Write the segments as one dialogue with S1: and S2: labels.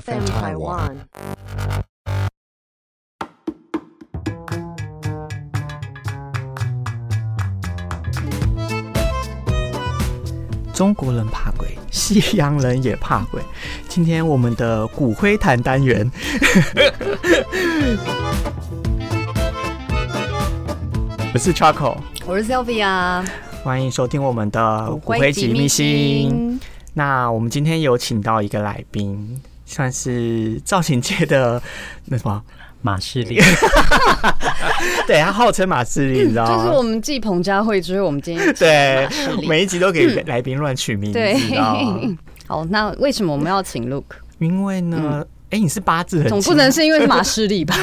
S1: FM Taiwan.
S2: 中国人怕鬼，西洋人也怕鬼。今天我们的骨灰坛单元， 我是 Charco，
S1: 我是 Sylvia，
S2: 欢迎收听我们的骨灰级秘辛。。那我们今天有请到一个来宾，算是造型界的那什么？
S3: 马士利，
S2: 对他号称马士利，你知 道
S1: 就是我
S2: 吗？
S1: 们继彭佳慧之后，我们今天
S2: 对
S1: 马士，利
S2: 每一集都 给来宾乱取名字，
S1: 对
S2: 你知道吗？
S1: 好，那为什么我们要请 Look？
S2: 因为呢，哎、你是八字
S1: 嗯
S2: 很
S1: 总不
S2: 轻
S1: 能是因为是马士利吧？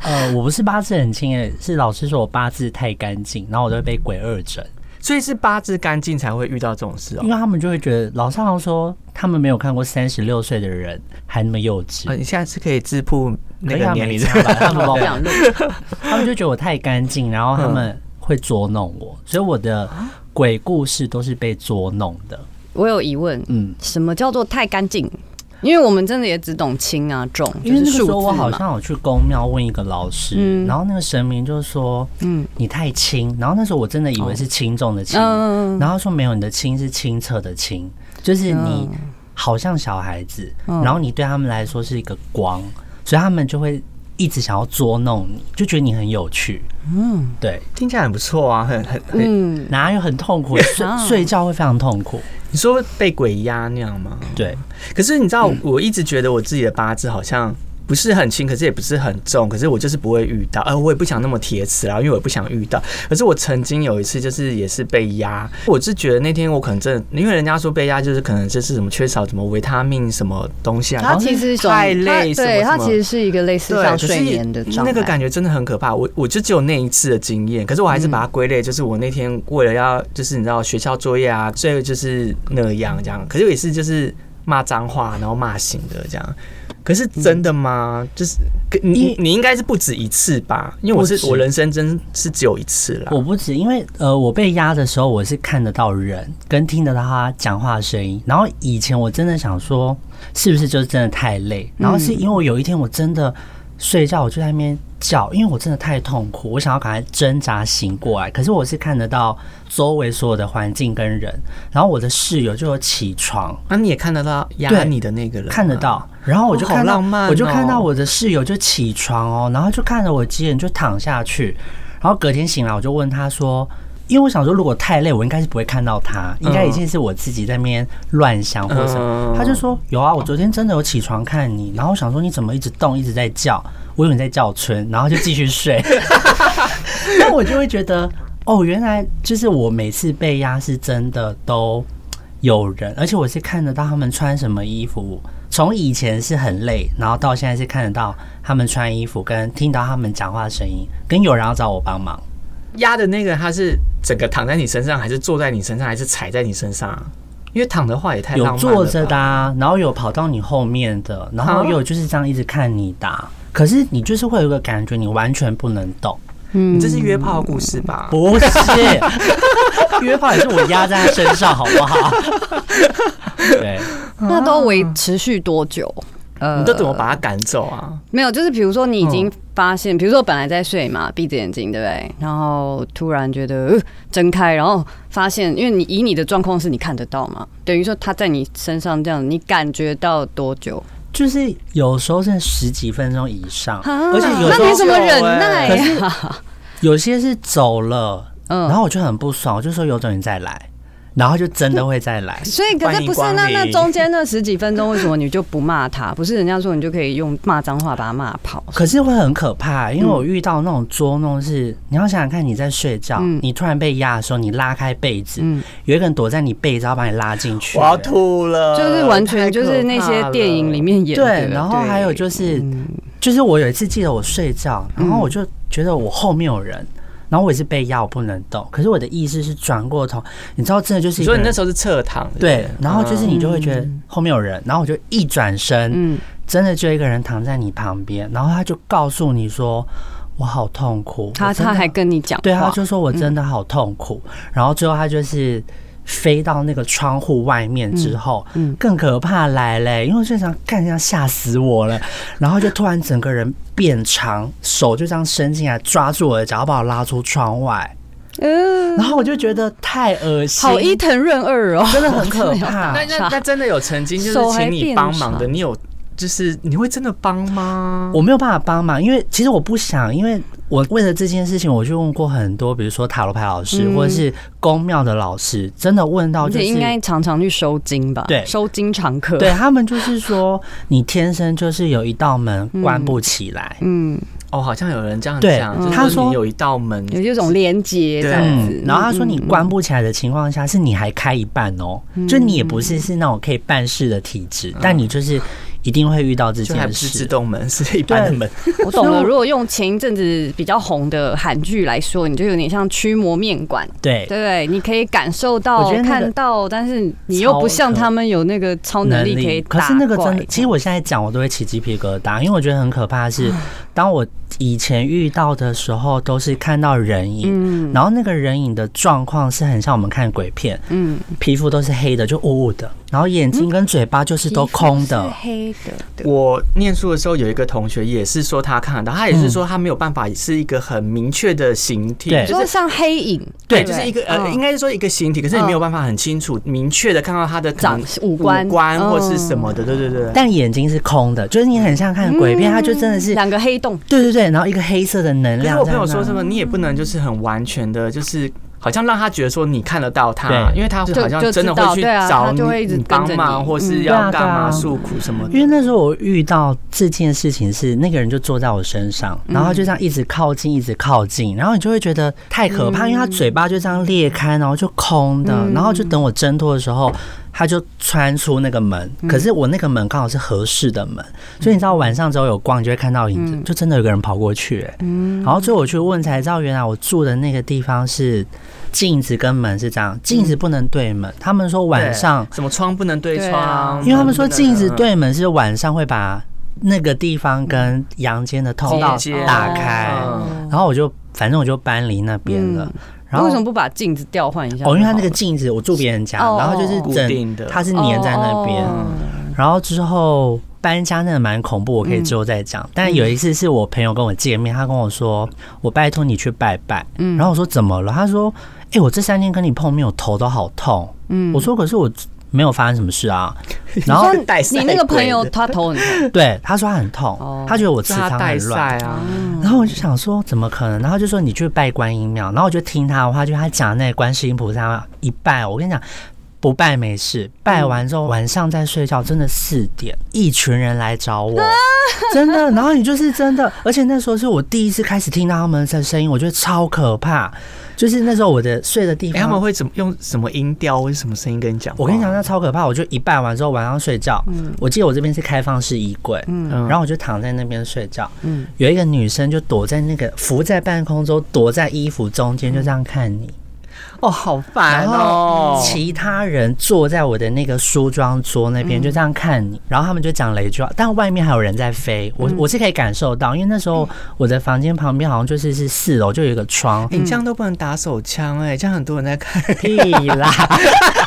S3: 呃，我不是八字很轻诶，是老师说我八字太干净，然后我就会被鬼二诊，
S2: 所以是八字干净才会遇到这种事哦
S1: 嗯
S3: 因。为他们就会觉得老师好像说他们没有看过三十六岁的人还那么幼稚
S2: 呃，，你现在是可以自曝那
S3: 可以
S2: 个
S3: 啊
S2: 年龄
S3: 没
S2: 的，
S3: 差吧他们
S1: 我
S3: 老
S1: 不想录，
S3: 他们就觉得我太干净，然后他
S2: 嗯
S3: 们会捉弄我，所以我的
S2: 啊
S3: 鬼故事都是被捉弄的。
S1: 我有疑问，
S3: 嗯，
S1: 什么叫做太干净？因为我们真的也只懂轻啊重，
S3: 因为
S1: 就
S3: 那
S1: 是
S3: 个时候
S1: 数
S3: 我
S1: 字
S3: 好
S1: 嘛。
S3: 像有去公庙问一个老师，
S1: 嗯
S3: 然后那个神明就说
S1: 嗯
S3: 你太轻，然后那时候我真的以为是轻重的轻，
S1: 嗯，
S3: 然后说没有，你的亲是清澈的清，就是你好像小孩子，
S1: 嗯
S3: 然后你对他们来说是一个光，所以他们就会一直想要捉弄你，就觉得你很有趣。嗯，对，
S2: 听起来很不错啊，很很很。
S1: 嗯，
S3: 哪有很痛 苦？睡
S1: 啊
S3: 睡觉会非常痛苦。
S2: 你说被鬼压那样吗？
S3: 对，
S2: 可是你
S1: 嗯
S2: 知道，我一直觉得我自己的八字好像不是很轻，可是也不是很重，可是我就是不会遇到，呃，我也不想那么铁齿啦，因为我也不想遇到。可是我曾经有一次，就是也是被压，我是觉得那天我可能真的，因为人家说被压就是可能就是什么缺少什么维他命什么东西啊，然
S1: 它
S2: 后
S1: 其实是一种
S2: 太累
S1: 它
S2: 什么
S1: 对，
S2: 什
S1: 它
S2: 么
S1: 其实是一个类似
S2: 对，
S1: 像
S2: 可
S1: 睡
S2: 是
S1: 眠的障碍，
S2: 那个感觉真的很可怕。我我就只有那一次的经验，可是我还是
S3: 嗯
S2: 把它归类，就是我那天为了要，就是你知道学校作业啊，最后就是那样这样。可是也是就是骂脏话，然后骂醒的这样。可是真的吗？
S3: 嗯
S2: 就是可你你应该是不止一次吧？因为我
S3: 不
S2: 是
S3: 止
S2: 我人生真是只有一次啦。
S3: 我不止，因为呃，我被压的时候，我是看得到人跟听得到他讲话的声音。然后以前我真的想说，是不是就是真的太累？然后是因为我有一天我真的睡觉，我就在那边叫，因为我真的太痛苦，我想要赶快挣扎醒过来。可是我是看得到周围所有的环境跟人，然后我的室友就有起床，
S2: 那、你也看得到压
S3: 对
S2: 你的那个人吗，啊
S3: 看得到，然后我就
S2: 哦好
S3: 看到，
S2: 浪漫哦
S3: 我就看到我的室友就起床哦，然后就看着我几点就躺下去，然后隔天醒来我就问他说。因为我想说，如果太累，我应该是不会看到他，应该已经是我自己在那边乱想或者什么
S2: 嗯。
S3: 他就说有啊，我昨天真的有起床看你，然后我想说你怎么一直动，一直在叫，我以为你在叫春，然后就继续睡。那我就会觉得，哦，原来就是我每次被压是真的都有人，而且我是看得到他们穿什么衣服。从以前是很累，然后到现在是看得到他们穿衣服，跟听到他们讲话的声音，跟有人要找我帮忙。
S2: 压的那个他是整个躺在你身上，还是坐在你身上，还是踩在你身上啊？因为躺的话也太浪漫
S3: 有
S2: 了
S3: 坐着
S2: 吧
S3: 的、啊，然后有跑到你后面的，然后
S2: 啊
S3: 也有就是这样一直看你打、可是你就是会有一个感觉，你完全不能动。
S1: 嗯
S2: 你这是约炮故事吧？
S3: 不是， 约炮也是我压在他身上，好 不好？对，
S1: 那都维
S3: 啊
S1: 持续多久？呃
S2: 你都怎么把他赶走啊？
S3: 呃
S1: 没有，就是比如说你已
S3: 嗯
S1: 经发现，比如说本来在睡嘛，闭着眼睛，对不对？然后突然觉得、呃、睁开，然后发现，因为你以你的状况是你看得到嘛，等于说他在你身上这样，你感觉到多久？
S3: 就是有时候是十几分钟以上，而且有
S1: 那
S3: 时
S1: 你
S3: 候哎
S1: 怎么忍耐
S3: 可
S1: 呀、
S3: 有些是走了，
S1: 嗯
S3: 然后我就很不爽，我就说有种你再来，然后就真的会再来。
S1: 所以可是不是那
S2: 欢迎光临
S1: 那中间那十几分钟，为什么你就不骂他？不是人家说你就可以用骂脏话把他骂 跑？
S3: 可是会很可怕，因为我遇到那种捉弄是，你要想想看，你在睡觉，
S1: 嗯
S3: 你突然被压的时候，你拉开被子，
S1: 嗯，
S3: 有一个人躲在你被子，要把你拉进去。
S2: 我要吐
S3: 呃
S2: 了，
S1: 就是完全就是那些电影里面演的。嗯
S3: 对，然后还有就是，
S2: 嗯
S3: 就是我有一次记得我睡觉，然后我就觉得我后面有人，然后我也是被压，我不能动。可是我的意识是转过头，你知道，真的就是
S2: 你
S3: 一个
S2: 说你那
S3: 人
S2: 时候是侧躺，
S3: 对，然后
S2: 嗯
S3: 就是你就会觉得后面有人，然后我就一转身，
S1: 嗯，
S3: 真的就一个人躺在你旁边，然后他就告诉你说：“我好痛苦。我
S1: 他
S3: 真的”
S1: 他还跟你讲话，嗯
S3: 对，他就说我真的好痛苦。然后最后他就是飞到那个窗户外面之后，
S1: 嗯嗯
S3: 更可怕来嘞、因为我就想干，这样吓死我了。然后就突然整个人变长，手就这样伸进来抓住我的脚，把我拉出窗外。
S1: 嗯，
S3: 然后我就觉得太恶心，
S1: 好伊藤润二哦，
S3: 真的很可 怕。
S2: 那那那真的有曾经就
S1: 手
S2: 是
S1: 还
S2: 请你
S1: 变
S2: 帮忙的，
S1: 长
S2: 你有就是你会真的帮吗？
S3: 我没有办法帮忙，因为其实我不想，因为我为了这件事情，我去问过很多，比如说塔罗牌老师、
S1: 嗯
S3: 或者是宫庙的老师，真的问到
S1: 而
S3: 就
S1: 且
S3: 是
S1: 应该常常去收金吧？
S3: 对
S1: 收金常客。
S3: 对，他们就是说你天生就是有一道门关不起来，
S1: 嗯，
S2: 哦，好像有人这样
S3: 对
S2: 讲，
S1: 嗯
S2: 就是
S3: 他说
S2: 你有一道门，
S1: 有这种连接这样子
S3: 嗯。，然后他说你关不起来的情况下，是你还开一半哦，就你也不是是那种可以办事的体质，
S1: 嗯
S3: 但你就是一定会遇到这
S2: 就还
S3: 件
S2: 不是自
S3: 事。
S2: 动门，是一般的
S3: 对
S2: 门。
S1: 我懂
S3: 所以
S1: 了。
S3: 我
S1: 如果用前一阵子比较红的韩剧来说，你就有点像驱魔面馆， 对，
S3: 对
S1: 不对？你可以感受
S3: 我
S1: 到
S3: 觉、得那个
S1: 看到，但是你又不像他们有那个超能力可以
S3: 可
S1: 打
S3: 是
S1: 怪。
S3: 那个真的，其实我现在讲我都会起鸡皮疙瘩，因为我觉得很可怕的
S1: 嗯
S3: 是，当我以前遇到的时候，都是看到人影。
S1: 嗯
S3: 然后那个人影的状况是很像我们看鬼片，
S1: 嗯，
S3: 皮肤都是黑的，就雾雾的，然后眼睛跟嘴巴就是都空
S1: 皮肤
S3: 的
S1: 是，黑的，对
S2: 我念书的时候有一个同学也是说他看得到，他也是说他没有办法是一个很明确的形体，
S3: 对
S2: 就。
S1: 就是像黑影，
S2: 对，
S1: 不
S2: 就是一个呃，
S1: 嗯
S2: 应该是说一个形体，可是你没有办法很清楚、明确的看到他的可
S1: 长
S2: 能
S1: 五官
S2: 五官或是
S1: 嗯
S2: 什么的，对对对。
S3: 但眼睛是空的，就是你很像看鬼
S1: 嗯
S3: 片，它就真的是，
S1: 两个黑洞。
S3: 对对对，然后一个黑色的能
S2: 可是
S3: 量。
S2: 我朋友说什么，？你也不能就是很完全的，就是好像让他觉得说你看得到他，
S3: 对
S2: 因为他
S1: 就
S2: 好像
S1: 就
S2: 真的
S1: 知道
S2: 会去
S1: 对啊
S2: 找
S1: 他
S2: 你
S1: 就会一直
S2: 你
S1: 跟着
S2: 帮忙，
S1: 你
S2: 或
S1: 嗯
S2: 是
S3: 对啊
S2: 要
S3: 对
S2: 干嘛
S3: 啊
S2: 诉苦什么的。
S3: 因为那时候我遇到这件事情是那个人就坐在我身上，然后就这样一直靠近，一直靠近，然后你就会觉得太可怕，因为他嘴巴就这样裂开，然后就空的，然后就等我挣脱的时候，他就穿出那个门，可是我那个门刚好是合适的门，所以你知道晚上只要有光，你就会看到影子，就真的有个人跑过去、欸，然后最后我去问才知道，原来我住的那个地方是。镜子跟门是这样，镜子不能对门。他们说晚
S2: 对
S3: 上
S2: 什么窗不能对
S1: 对啊
S2: 窗，
S3: 因为他们嗯说
S2: 门不能
S3: 镜子对门是晚上会把那个地方跟阳间的通道
S2: 直接
S3: 打开，
S1: 哦
S2: 嗯
S3: 然后我就反正我就搬离那边了。然
S1: 嗯
S3: 后
S1: 为什么不把镜子调换一下就好
S3: 哦，
S1: 了？
S3: 因为他那个镜子我住别人家，
S1: 哦
S3: 然后就是
S2: 固定
S3: 整
S2: 的
S3: 它是粘在那边。
S1: 哦
S3: 然后之后搬家真的蛮恐怖，我可以之后再讲。
S1: 嗯
S3: 但有一次是我朋友跟我见面，他跟我说：“我拜托你去拜拜。”
S1: 嗯
S3: 然后我说：“怎么了？”他说：“哎、我这三天跟你碰面，我头都好痛。”嗯，我说：“可是我没有发生什么事啊。”然后
S1: 你说你那个朋友他头很 痛，
S3: 对，他说他很痛，
S1: 哦
S3: 他觉得我
S2: 是
S3: 磁
S2: 他
S3: 场
S2: 带
S3: 很乱。
S2: 赛啊，
S3: 然后我就想说，怎么可能？然后就说你去拜观音庙，然后我就听他的话，就他讲那个观世音菩萨一拜，我跟你讲，不拜没事，拜完之后晚上再睡觉，真的四点，
S2: 嗯
S3: 一群人来找 我，真的。然后你就是真的，而且那时候是我第一次开始听到他们的声音，我觉得超可怕。就是那时候我的睡的地
S2: 哎，他
S3: 方，
S2: 们会怎么用什么音调或者什么声音跟你讲话？
S3: 我跟你讲，那超可怕！我就一拜完之后晚上睡觉，我记得我这边是开放式衣柜，
S2: 嗯
S3: 然后我就躺在那边睡觉，有一个女生就躲在那个浮在半空中，躲在衣服中
S2: 嗯
S3: 间，就这样看你。
S2: 哦，好烦
S3: 然
S2: 哦
S3: 后，
S1: 嗯
S3: 其他人坐在我的那个梳妆桌那
S2: 嗯
S3: 边，就这样看你。然后他们就讲了一句话，但外面还有人在飞，
S2: 嗯
S3: 我我是可以感受到，因为那时候我的房间旁边好像就是是四楼，就有一个窗。
S2: 哎你这样都不能打手枪哎，这样很多人在看。
S3: 屁啦，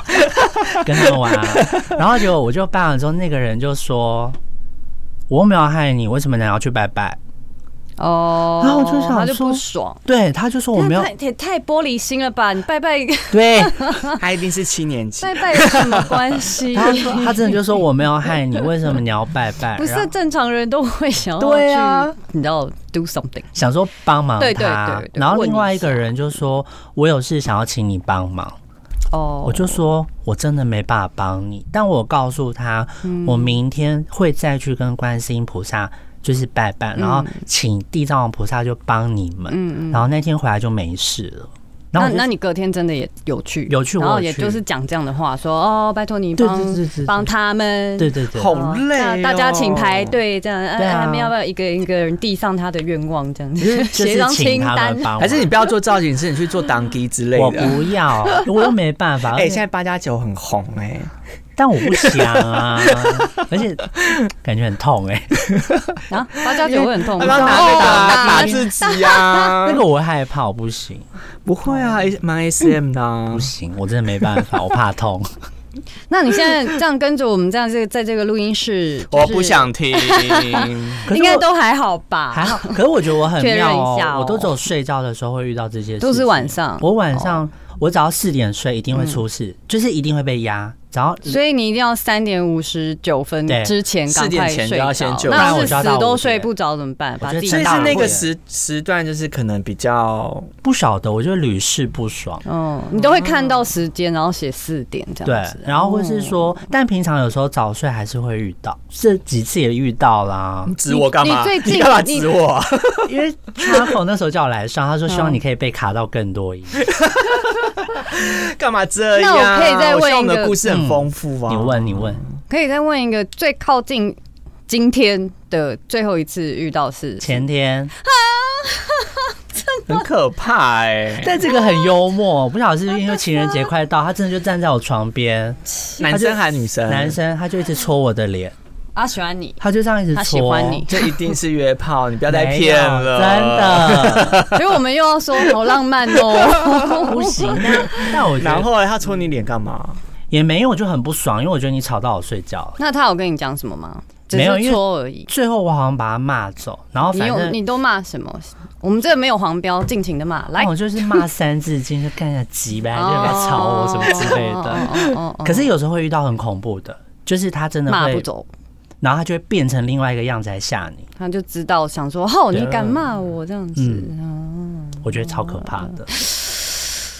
S3: 跟他们玩。然后结果我就拜完之后，那个人就说：“我又没有害你，为什么你要去拜拜
S1: 哦，
S3: 然后我就想
S1: 他就
S3: 说
S1: 不爽。？”
S3: 对，他就说我没有
S1: 太也太玻璃心了吧？你拜拜
S3: 对，
S2: 他一定是七年级，
S1: 拜拜有什么关系？
S3: 他 说他真的就说我没有害你，为什么你要拜拜？
S1: 不
S3: 然
S1: 是
S3: 后
S1: 正常人都会想要
S3: 对啊
S1: 去，你知道 do something。
S3: 想说帮忙他，
S1: 对对对对
S3: 然后
S1: 问
S3: 另
S1: 一
S3: 外一个
S1: 下
S3: 人就说，我有事想要请你帮忙，
S1: 哦，
S3: 我就说我真的没办法帮你，但我告诉他，
S1: 嗯
S3: 我明天会再去跟观世音菩萨。就是拜拜，然
S1: 嗯
S3: 后请地藏王菩萨就帮你们，然后那天回来就没事了。然
S1: 那
S3: 后我就
S1: 嗯那你隔天真的也有去
S3: 有去
S1: 然
S3: 我
S1: 后
S3: 有
S1: 也
S3: 去
S1: 就是讲这样的话，说哦，拜托你
S3: 对
S1: 帮
S3: 对对对对
S1: 帮他们，
S3: 对对对，
S2: 好累
S1: 那
S2: 哦，
S1: 大家请排队，这样，哎
S3: 对啊
S1: 他们要不要一个一个人递上他的愿望，这样
S3: 就是
S1: 子
S3: 就
S1: 写一
S3: 是
S1: 张
S3: 请
S1: 清
S3: 他
S1: 单
S3: 们？帮我，
S2: 还是你不要做造型师，你去做当机之类
S3: 我
S2: 的。
S3: 不要，我又没办法。
S2: 哎
S3: 而，且
S2: 现在八加九很红哎，
S3: 但我不想啊，而且感觉很痛哎、
S1: 啊，哦八加九会很痛吗？
S2: 他拿着打打自己啊，
S3: 那个我会害怕，我不行，
S2: 不会
S3: 哦
S2: 啊，蛮 S M 的、啊
S3: 不。行，我真的没办法，我怕痛。
S1: 那你现在这样跟着我们这样，这个在这个录音室，
S2: 我不，想听，
S3: 可是
S1: 应该
S3: 我
S1: 都还好吧？
S3: 还好，可是我觉得我很
S1: 啊确认
S3: 妙
S1: 一下
S3: 哦，
S1: 哦
S3: 我都只有睡觉的时候会遇到这些事情，
S1: 都是晚上哦嗯
S3: 我晚上、我只要四点睡，一定会出事，就是一定会被压，只要
S1: 所以你一定要三点五十九分
S3: 对
S1: 之前赶
S2: 4点
S1: 快
S2: 前
S1: 睡
S2: 就要
S1: 着
S2: 先救
S1: 那
S3: 不然我
S1: 是
S3: 就要到
S1: 死都
S3: 5
S1: 睡
S3: 点
S1: 不着怎么办？把
S3: 我觉得
S1: 自己
S2: 所
S3: 最
S2: 以
S1: 打
S2: 是
S1: 昏
S2: 那个
S3: 会
S2: 时时段，就是可能比较
S3: 不晓得，我就屡试不爽。
S1: 哦，你都会看到时间，然后写四点这
S3: 对
S1: 样子。，嗯哦
S3: 然后或是说，但平常有时候早睡还是会遇到，这几次也遇 到啦。
S2: 指我干嘛？
S1: 你最近
S2: 干嘛
S1: 你
S2: 指我 啊？
S3: 因为 Travel 那时候叫我来上，他说
S1: 嗯
S3: 希望你可以被卡到更多一点。
S2: 干嘛这
S1: 那
S2: 样？
S1: 我可以再问一个
S2: 希望我们的故事很丰富啊。
S3: 你问，你问，
S1: 可以再问一个最靠近今天的最后一次遇到是
S3: 前天，
S2: 很可怕哎、
S3: 但这个很幽默，不晓得是不是因为情人节快到，他真的就站在我床边，
S2: 男生还是女
S1: 嗯
S2: 生？
S3: 男生他就一直戳我的脸，
S1: 啊喜欢你，
S3: 他就这样一直戳，
S1: 他喜欢你，
S2: 这一定是约炮，你不要再
S3: 没有
S2: 骗了，
S3: 真的。
S1: 所以我们又要说好浪漫哦。
S3: 不行，但但我觉
S2: 然
S3: 得
S2: 后哎他戳你脸干嘛？
S3: 也没有，我就很不爽，因为我觉得你吵到我睡觉了。
S1: 那他有跟你讲什么吗？只
S3: 没有
S1: 是
S3: 因为
S1: 戳而已。
S3: 最后我好像把他骂走，然后
S1: 你
S3: 反
S1: 有
S3: 正
S1: 你都骂什么？我们这没有黄标，尽情的骂，来
S3: 然后我就是骂三字经，就干下急呗，就来吵我什么之类的。
S1: 的。哦
S3: 可是有嗯时候会遇到很恐怖的，就是他真的
S1: 骂不
S3: 会，
S1: 走，
S3: 然后他就会变成另外一个样子来吓你，
S1: 他就知道想说，哦，
S3: 啊
S1: 你敢骂我这样子，
S3: 嗯
S1: 哦
S3: 我觉得超可怕的。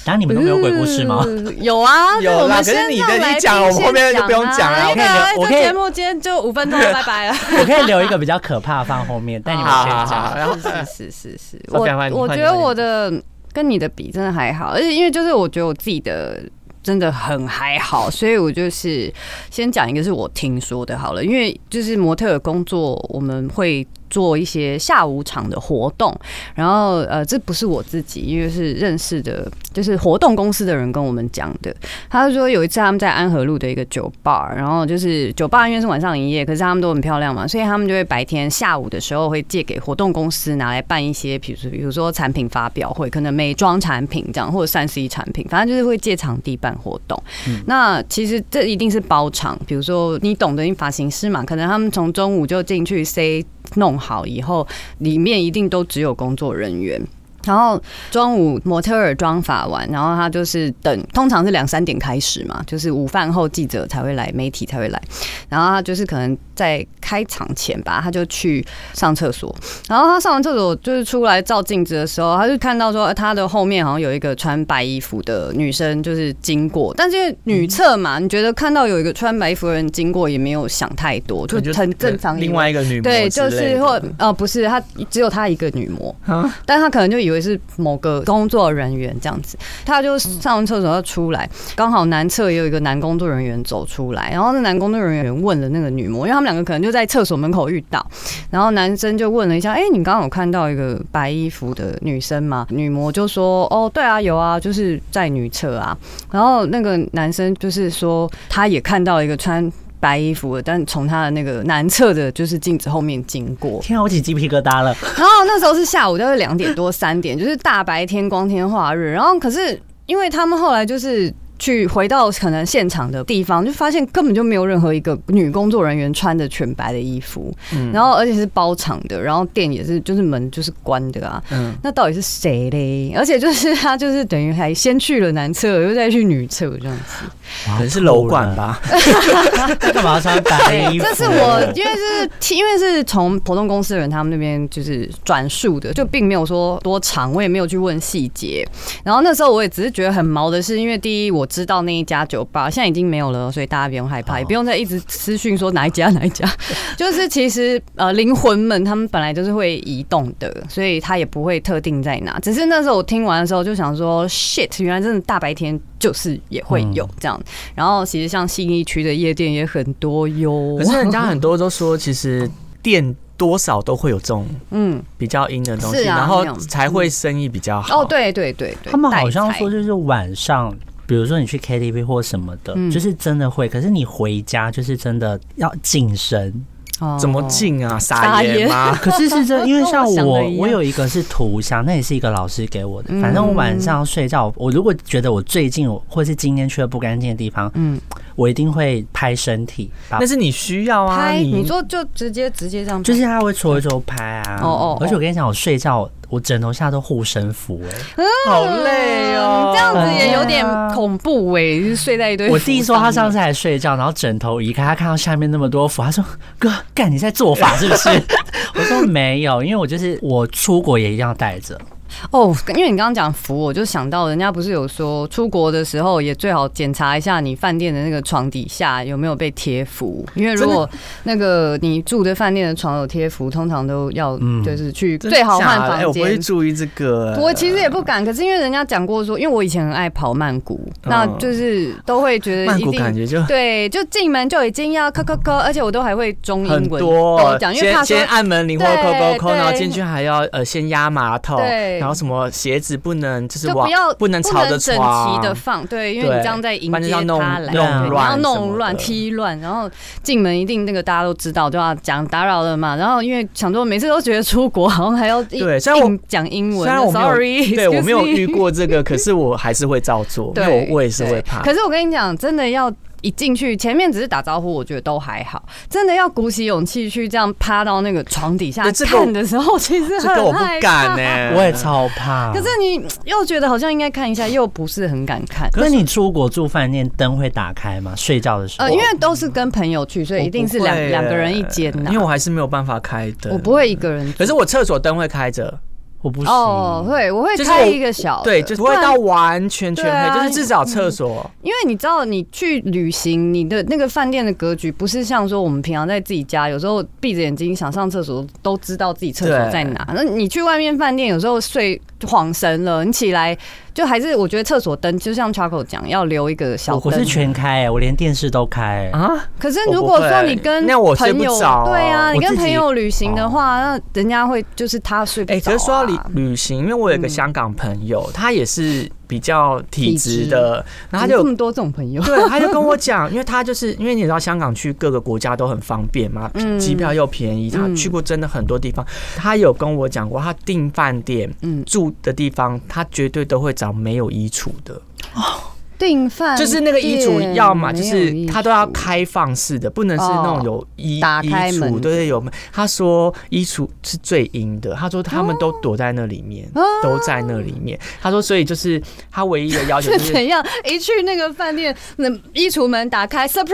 S3: 然后你们都没有鬼故事吗？
S1: 呃有啊，
S2: 有啦
S1: 我们
S2: 可是
S1: 现啊在
S2: 你的
S1: 来
S2: 一讲我们后面就不用讲
S1: 来
S2: 了我可以
S1: 来
S3: 留我
S1: 这
S3: 可以
S1: 节目今天就五分钟了，拜拜了。
S3: 我可以留一个比较可怕的放后面，但你们
S2: 好
S3: 先
S2: 好好
S3: 讲。
S2: 然后
S1: 是是是是， 我
S2: Sophia，换你
S1: 我
S2: 换
S1: 觉
S2: 你
S1: 得
S2: 换你
S1: 我的跟你的比真的还好，而且因为就是我觉得我自己的。真的很还好，所以我就是先讲一个是我听说的好了，因为就是模特儿工作，我们会做一些下午场的活动，然后呃，这不是我自己，因为是认识的，就是活动公司的人跟我们讲的。他就说有一次他们在安和路的一个酒吧，然后就是酒吧因为是晚上营业，可是他们都很漂亮嘛，所以他们就会白天下午的时候会借给活动公司拿来办一些，比如说比如说产品发表会，可能美妆产品这样，或者三 C 产品，反正就是会借场地办活动。那其实这一定是包场，比如说你懂得，你发型师嘛，可能他们从中午就进去 C 弄好以后，里面一定都只有工作人员。然后中午模特儿妆发完，然后他就是等，通常是两三点开始嘛，就是午饭后记者才会来，媒体才会来。然后他就是可能在开场前吧，他就去上厕所。然后他上完厕所就是出来照镜子的时候，他就看到说呃他的后面好像有一个穿白衣服的女生就是经过，但是因为女厕嘛，你觉得看到有一个穿白衣服的人经过也没有想太多，就很正常以为。
S2: 另外一个女模
S1: 对，就
S2: 之类
S1: 是
S2: 的
S1: 或呃，不是，他只有他一个女模
S2: 啊，
S1: 但他可能就以为是某个工作人员这样子，他就上完厕所要出来，刚好男厕也有一个男工作人员走出来，然后那男工作人员问了那个女模，因为他们两个可能就在厕所门口遇到，然后男生就问了一下，哎、你刚刚有看到一个白衣服的女生吗？女模就说，哦，对啊，有啊，就是在女厕啊，然后那个男生就是说，他也看到一个穿。白衣服的，但从他的那个男侧的，就是镜子后面经过。
S3: 天啊，我起鸡皮疙瘩了。
S1: 然后那时候是下午，大概两点多三点，就是大白天光天化日。然后可是因为他们后来就是。去回到可能现场的地方，就发现根本就没有任何一个女工作人员穿着全白的衣服，
S2: 嗯
S1: 然后而且是包场的，然后店也是就是门就是关的啊，
S2: 嗯
S1: 那到底是谁嘞？而且就是他就是等于还先去了男厕，又再去女厕这样子。
S2: 可能是楼管吧，
S3: 他干嘛要穿白衣服？
S1: 这是我 因为是听因为是从活动公司的人他们那边就是转述的，就并没有说多长，我也没有去问细节。然后那时候我也只是觉得很毛的是，因为第一我知道那一家酒吧现在已经没有了，所以大家不用害怕，也不用再一直私讯说哪一家哪一家。就是其实呃灵魂们他们本来就是会移动的，所以他也不会特定在哪。只是那时候我听完的时候就想说，shit，原来真的大白天就是也会有这样。然后其实像信义区的夜店也很多哟。
S2: 可是人家很多都说，其实店多少都会有这种
S1: 嗯，
S2: 比较阴的东西，
S1: 是啊
S2: 然
S1: 那
S2: 后
S1: 种
S2: 才会生意比较好。
S1: 哦哦，对对对对，
S3: 他们好像
S1: 代
S3: 说
S1: 餐
S3: 就是晚上比如说你去 KTV 或什么的，
S1: 嗯
S3: 就是真的会。可是你回家就是真的要 净身。
S1: 哦
S2: 怎么？进啊？撒
S1: 撒
S2: 盐
S1: 盐
S2: 吗？
S3: 可是是这，因为
S1: 跟
S3: 像
S1: 我想
S3: 我
S1: 的一，样嗯
S3: 我有一个是图像，那也是一个老师给我的。反正我晚上睡觉，我如果觉得我最近我或是今天去了不干净的地方，嗯，我一定会拍身体，把
S2: 那是你需要啊，
S1: 拍？
S2: 你
S1: 你说就直接直接这样拍，
S3: 就是他会搓一搓拍啊。
S1: 哦哦哦
S3: 而且我跟你讲，我睡觉我枕头下都护身符哎、
S2: 好累哦，
S1: 嗯这样子也有点
S3: 对啊
S1: 恐怖哎、就是睡在一堆。
S3: 我弟说他上次还睡觉，然后枕头移开，他看到下面那么多符，他说：“哥，干你在做法是 不是？”我说：“没有，因为我就是我出国也一定要带着。
S1: 哦，因为你刚刚讲服，我就想到人家不是有说出国的时候也最好检查一下你饭店的那个床底下有没有被贴符，因为如果那个你住的饭店的床有贴符，通常都要
S3: 嗯
S1: 就是去
S2: 真
S1: 最好换
S2: 假的哎
S1: 房
S2: 我不会
S1: 间。
S2: 注意这个。
S1: 我其实也不敢，可是因为人家讲过说，因为我以前很爱跑曼谷，那就是都会觉得
S2: 嗯曼
S1: 一
S2: 谷
S1: 定
S2: 感觉就
S1: 对，就进门就已经要咳咳咳，而且我都还会中
S2: 很
S1: 英文
S2: 多
S1: 都，讲，因为怕
S2: 先
S1: 说
S2: 先按门铃或扣扣
S1: 对
S2: 扣，然后
S1: 对
S2: 进去还要呃先压马桶，
S1: 对
S2: 然后什么鞋子不能就是
S1: 就
S2: 往
S1: 不要
S2: 不能朝着
S1: 整
S2: 床
S1: 齐的放，对，因为
S2: 对
S1: 你这样在迎接
S2: 不然就要
S1: 他
S2: 弄
S1: 来，对
S2: 弄
S1: 你
S2: 乱
S1: 要
S2: 什么
S1: 弄
S2: 的
S1: 乱踢乱，然后进门一定那个大家都知道，就要讲打扰了嘛。然后因为想说每次都觉得出国好像还要一
S2: 对虽然我
S1: 硬讲英文
S2: 虽然我没有
S1: ，sorry，
S2: 对我没有
S1: excuse me
S2: 遇过 这个，可是我还是会照做，因
S1: 对
S2: 为，我我也是会怕
S1: 对。可是我跟你讲，真的要一进去，前面只是打招呼，我觉得都还好。真的要鼓起勇气去这样趴到那个床底下
S2: 对哎这个我
S1: 看的时候，其实
S2: 这
S1: 很
S2: 个我不
S1: 害
S2: 敢欸
S1: 怕
S2: 呢、。
S3: 我也超怕。
S1: 嗯可是你又觉得好像应该看一下，又不是很敢看。
S3: 那你出国住饭店灯会打开吗？睡觉的时候？
S1: 呃，因为都是跟朋友去，所以一定是
S2: 我不会
S1: 两
S2: 耶
S1: 两个人一间呐、
S2: 因为我还是没有办法开灯。
S1: 我不，会一个人住。
S2: 可是我厕所灯会开着，
S3: 我不行。
S1: 哦，会我会
S2: 就是
S1: 开
S2: 我
S1: 一个小的
S2: 对，就不会
S1: 然
S2: 到完全全
S1: 哦对啊
S2: 黑，就是至少厕所。
S1: 因为你知道，你去旅行，你的那个饭店的格局不是像说我们平常在自己家，有时候闭着眼睛想上厕所都知道自己厕所在哪。那你去外面饭店，有时候睡晃神了，你起来就还是我觉得厕所灯，就像 Charco 讲，要留一个小
S3: 我我
S1: 灯。
S3: 是全开、欸，我连电视都开、欸。
S2: 啊，
S1: 可是如果说你跟
S2: 我不会那我睡
S1: 朋
S2: 不
S1: 友，
S2: 着
S1: 对啊，你
S3: 我
S1: 跟
S3: 自己
S1: 朋友旅行的话，那人家会哦就是他睡不着、
S2: 哎、
S1: 啊。
S2: 可是说到旅旅行，因为我有一个
S1: 嗯
S2: 香港朋友，他也是比较体质的，然后他
S1: 嗯怎么
S2: 就
S1: 这么多这种朋友，
S2: 对，他就跟我讲，因为他就是因为你知道香港去各个国家都很方便嘛
S1: 嗯，
S2: 机票又便宜，他
S1: 嗯
S2: 去过真的很多地方。他有跟我讲过，他订饭店
S1: 嗯，
S2: 住的地方，他绝对都会找没有衣橱的，
S1: 订饭
S2: 就是那个衣橱，
S1: 店
S2: 要么就
S1: 没有
S2: 是
S1: 衣
S2: 他都要
S1: 橱
S2: 开放式的，不能是那种
S1: 哦
S2: 有衣
S1: 打
S2: 衣
S1: 开门
S2: 橱，对对有门。他说衣橱是最阴的，他说他
S1: 哦
S2: 们都躲在那里面，都在那里面。他说，所以就是他唯一的要求
S1: 是
S2: 就是
S1: 怎样？一去那个饭店，那衣橱门打开，surprise！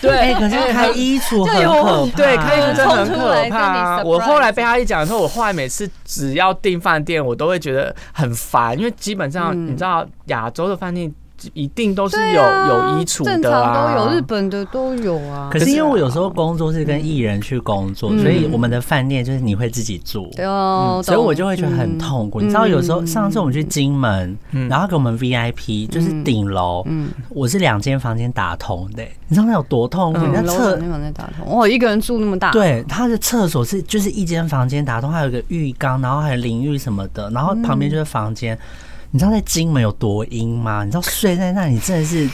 S2: 对
S3: 哎、可是开衣橱很
S1: 就
S3: 可
S1: 有
S3: 怕。
S2: 对，开始真的很
S1: 冲出
S2: 可
S1: 来
S2: 怕、
S1: 跟你
S2: 我
S1: surprise
S2: 后来被他一讲之后，我后来每次只要订饭店，我都会觉得很烦，因为基本上
S1: 嗯
S2: 你知道亚洲的饭店一定都是
S1: 对
S2: 有、
S1: 啊
S2: 有衣橱
S1: 正
S2: 的
S1: 常
S2: 啊，
S1: 都有，日本的都有啊。
S3: 可是因为我有时候工作是跟艺人去工作，
S1: 嗯
S3: 所以我们的饭店就是你会自己住。
S1: 对哦，
S3: 嗯所以
S1: 懂嗯
S3: 我就会觉得很痛苦。你知道，有时候上次我们去金门，
S2: 嗯
S3: 然后给我们 VIP，就是顶楼，
S1: 嗯，
S3: 我是两间房间打通的、你知道那有多痛苦？
S1: 嗯
S3: 人家
S1: 楼
S3: 厕
S1: 上那房在打通，我一个人住那么大，，
S3: 对他的厕所是就是一间房间打通，还有一个浴缸，然后还有淋浴什么的，然后旁
S1: 嗯
S3: 边就是房间。你知道在金门有多阴吗？你知道睡在那里真 的是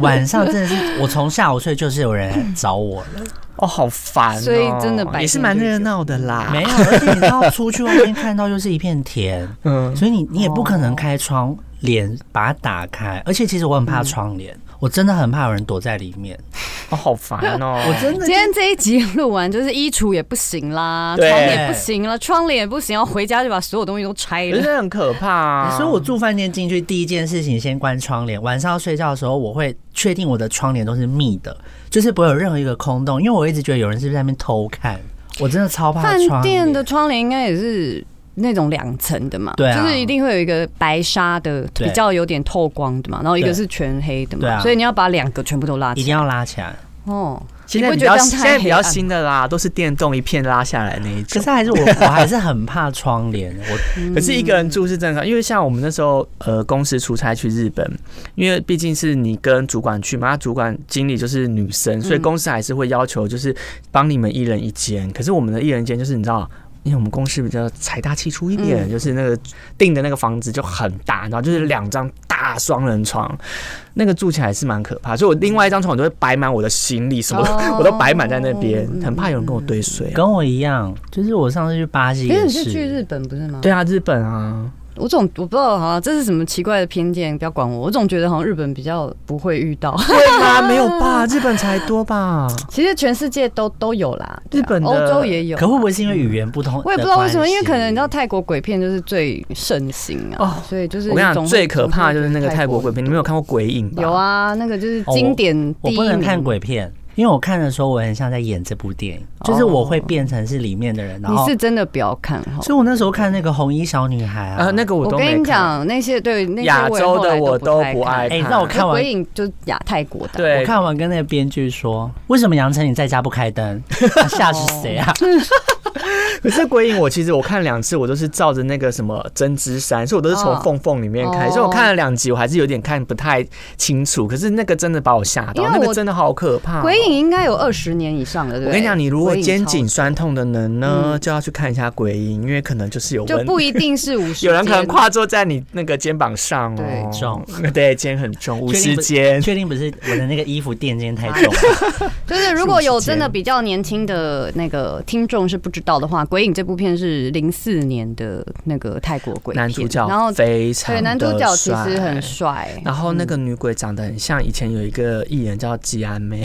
S3: 晚上真的是，我从下午睡就是有人来找我了。
S2: 哦，好烦、哦，
S1: 所以真的白
S2: 也是
S1: 天
S2: 蛮
S1: 就
S2: 热
S1: 觉
S2: 闹的啦，
S3: 没有，而且你知道出去外面看到就是一片田，
S2: 嗯，
S3: 所以你你也不可
S1: 哦
S3: 能开窗帘把它打开，而且其实我很怕窗
S1: 嗯
S3: 帘，我真的很怕有人躲在里面。哎
S2: 哦，好烦哦，
S3: 我真的
S1: 今天这一集录完，就是衣橱也不行啦，
S2: 对
S1: 床也不行了，窗帘也不行，要回家就把所有东西都拆
S2: 可是
S1: 了。
S2: 真的很可怕、啊，
S3: 所以我住饭店进去第一件事情先关窗帘，晚上要睡觉的时候我会确定我的窗帘都是密的，就是不会有任何一个空洞，因为我一直觉得有人是不是在那边偷看，我真的超怕
S1: 饭
S3: 窗
S1: 店
S3: 帘
S1: 的。窗帘应该也是那种两层的嘛，
S3: 对啊
S1: 就是一定会有一个白纱的，
S3: 对
S1: 比较有点透光的嘛，然后一个
S3: 对
S1: 是全黑的
S3: 对
S1: 嘛，
S3: 啊
S1: 所以你要把两个全部都拉
S3: 一
S1: 起来。
S3: 定要拉起来，
S1: 哦，
S2: 现在
S1: 你
S2: 比
S1: 不觉
S2: 较
S1: 得这样
S2: 现
S1: 太
S2: 在比较
S1: 黑暗
S2: 新的啦，都是电动一片拉下来那一
S3: 可
S2: 种
S3: 是。还是 我，我还是很怕窗帘。我
S2: 可是一个人住是正常，因为像我们那时候呃公司出差去日本，因为毕竟是你跟主管去嘛，那主管经理就是女生，所以公司还是会要求就是帮你们一人一间。可是我们的一人一间就是你知道。因为我们公司比较财大气粗一点，就是那个订的那个房子就很大，然后就是两张大大双人床，那个住起来是蛮可怕。所以我另外一张床我都会摆满我的行李，什么、
S1: 哦
S2: 我都摆满在那边，很怕有人跟我堆水、啊。
S3: 跟我一样，就是我上次去巴西
S1: 因为
S3: 也
S1: 你是
S3: 是，
S1: 去日本不是吗？
S2: 对啊，日本啊，
S1: 我总我不知道，好像这是什么奇怪的偏见，不要管我。我总觉得好像日本比较不会遇到，
S2: 对啊，没有吧？日本才多吧？
S1: 其实全世界都都有啦，对啊
S2: 日本的
S1: 欧洲也有
S3: 可。会不会是因为语言不通？
S1: 我也不知道为什么，因为可能你知道。泰国鬼片就是最盛行啊，
S2: 哦
S1: 所以就是
S2: 我跟你
S1: 总
S2: 讲，
S1: 会
S2: 最可怕的就是那个
S1: 总会
S2: 泰国鬼片，你们有看过《鬼影》吧？哦
S1: 有，啊，那个就是经典
S3: 我
S1: 第一
S3: 不能看
S1: 名啊
S3: 鬼片，因为我看的时候，我很像在演这部电影，就是我会变成是里面的人，然
S1: 哦你
S3: 后
S1: 是，真的不要看哈。
S3: 所以我那时候看那个红衣小女孩啊，
S2: 啊，那个我
S1: 我
S2: 都没
S1: 跟你
S2: 看，
S1: 讲，那些对那些
S2: 亚
S1: 我也
S2: 洲
S1: 后
S2: 的
S1: 来
S2: 我
S1: 都
S2: 都
S1: 太
S2: 不爱
S3: 哎
S2: 看。
S3: 那我看完
S1: 鬼影就是亚泰国的，
S2: 对
S3: 我看完跟那个编剧说，为什么杨丞琳在家不 开灯？啊吓死谁啊？
S2: 可是鬼影，我其实我看两次，我都是照着那个什么针织衫，所以我都是从
S1: 哦
S2: 缝缝里面看，所以我看了两集，我还是有点看不太清楚。可是那个真的把我吓
S1: 因
S2: 到，
S1: 为
S2: 那
S1: 我
S2: 个真的好可怕、哦
S1: 鬼。影应该有二十年以上了，对不对？
S2: 啊我跟你讲，你如果
S1: 鬼影
S2: 肩
S1: 超嗯
S2: 颈酸痛的人呢，就要去看一下鬼影，因为可能就是有
S1: 就
S2: 问
S1: 不一定 是五十，
S2: 有人可能跨坐在你那个肩膀上哦，
S1: 对
S2: 重，对，肩很重，五
S1: 哦
S3: 确
S2: 十
S3: 定不
S2: 肩。
S3: 确定不是我的那个衣服垫肩太重了？
S1: 就是如果有真的比较年轻的那个听众是不知道的话，《鬼影》这部片是零四年的那个泰国鬼片，
S2: 男主角
S1: 然后
S2: 非常
S1: 对男主角其
S2: 地
S1: 实
S2: 帅
S1: 很嗯帅，
S2: 然后那个女鬼长得很像以前有一个艺人叫季安妹，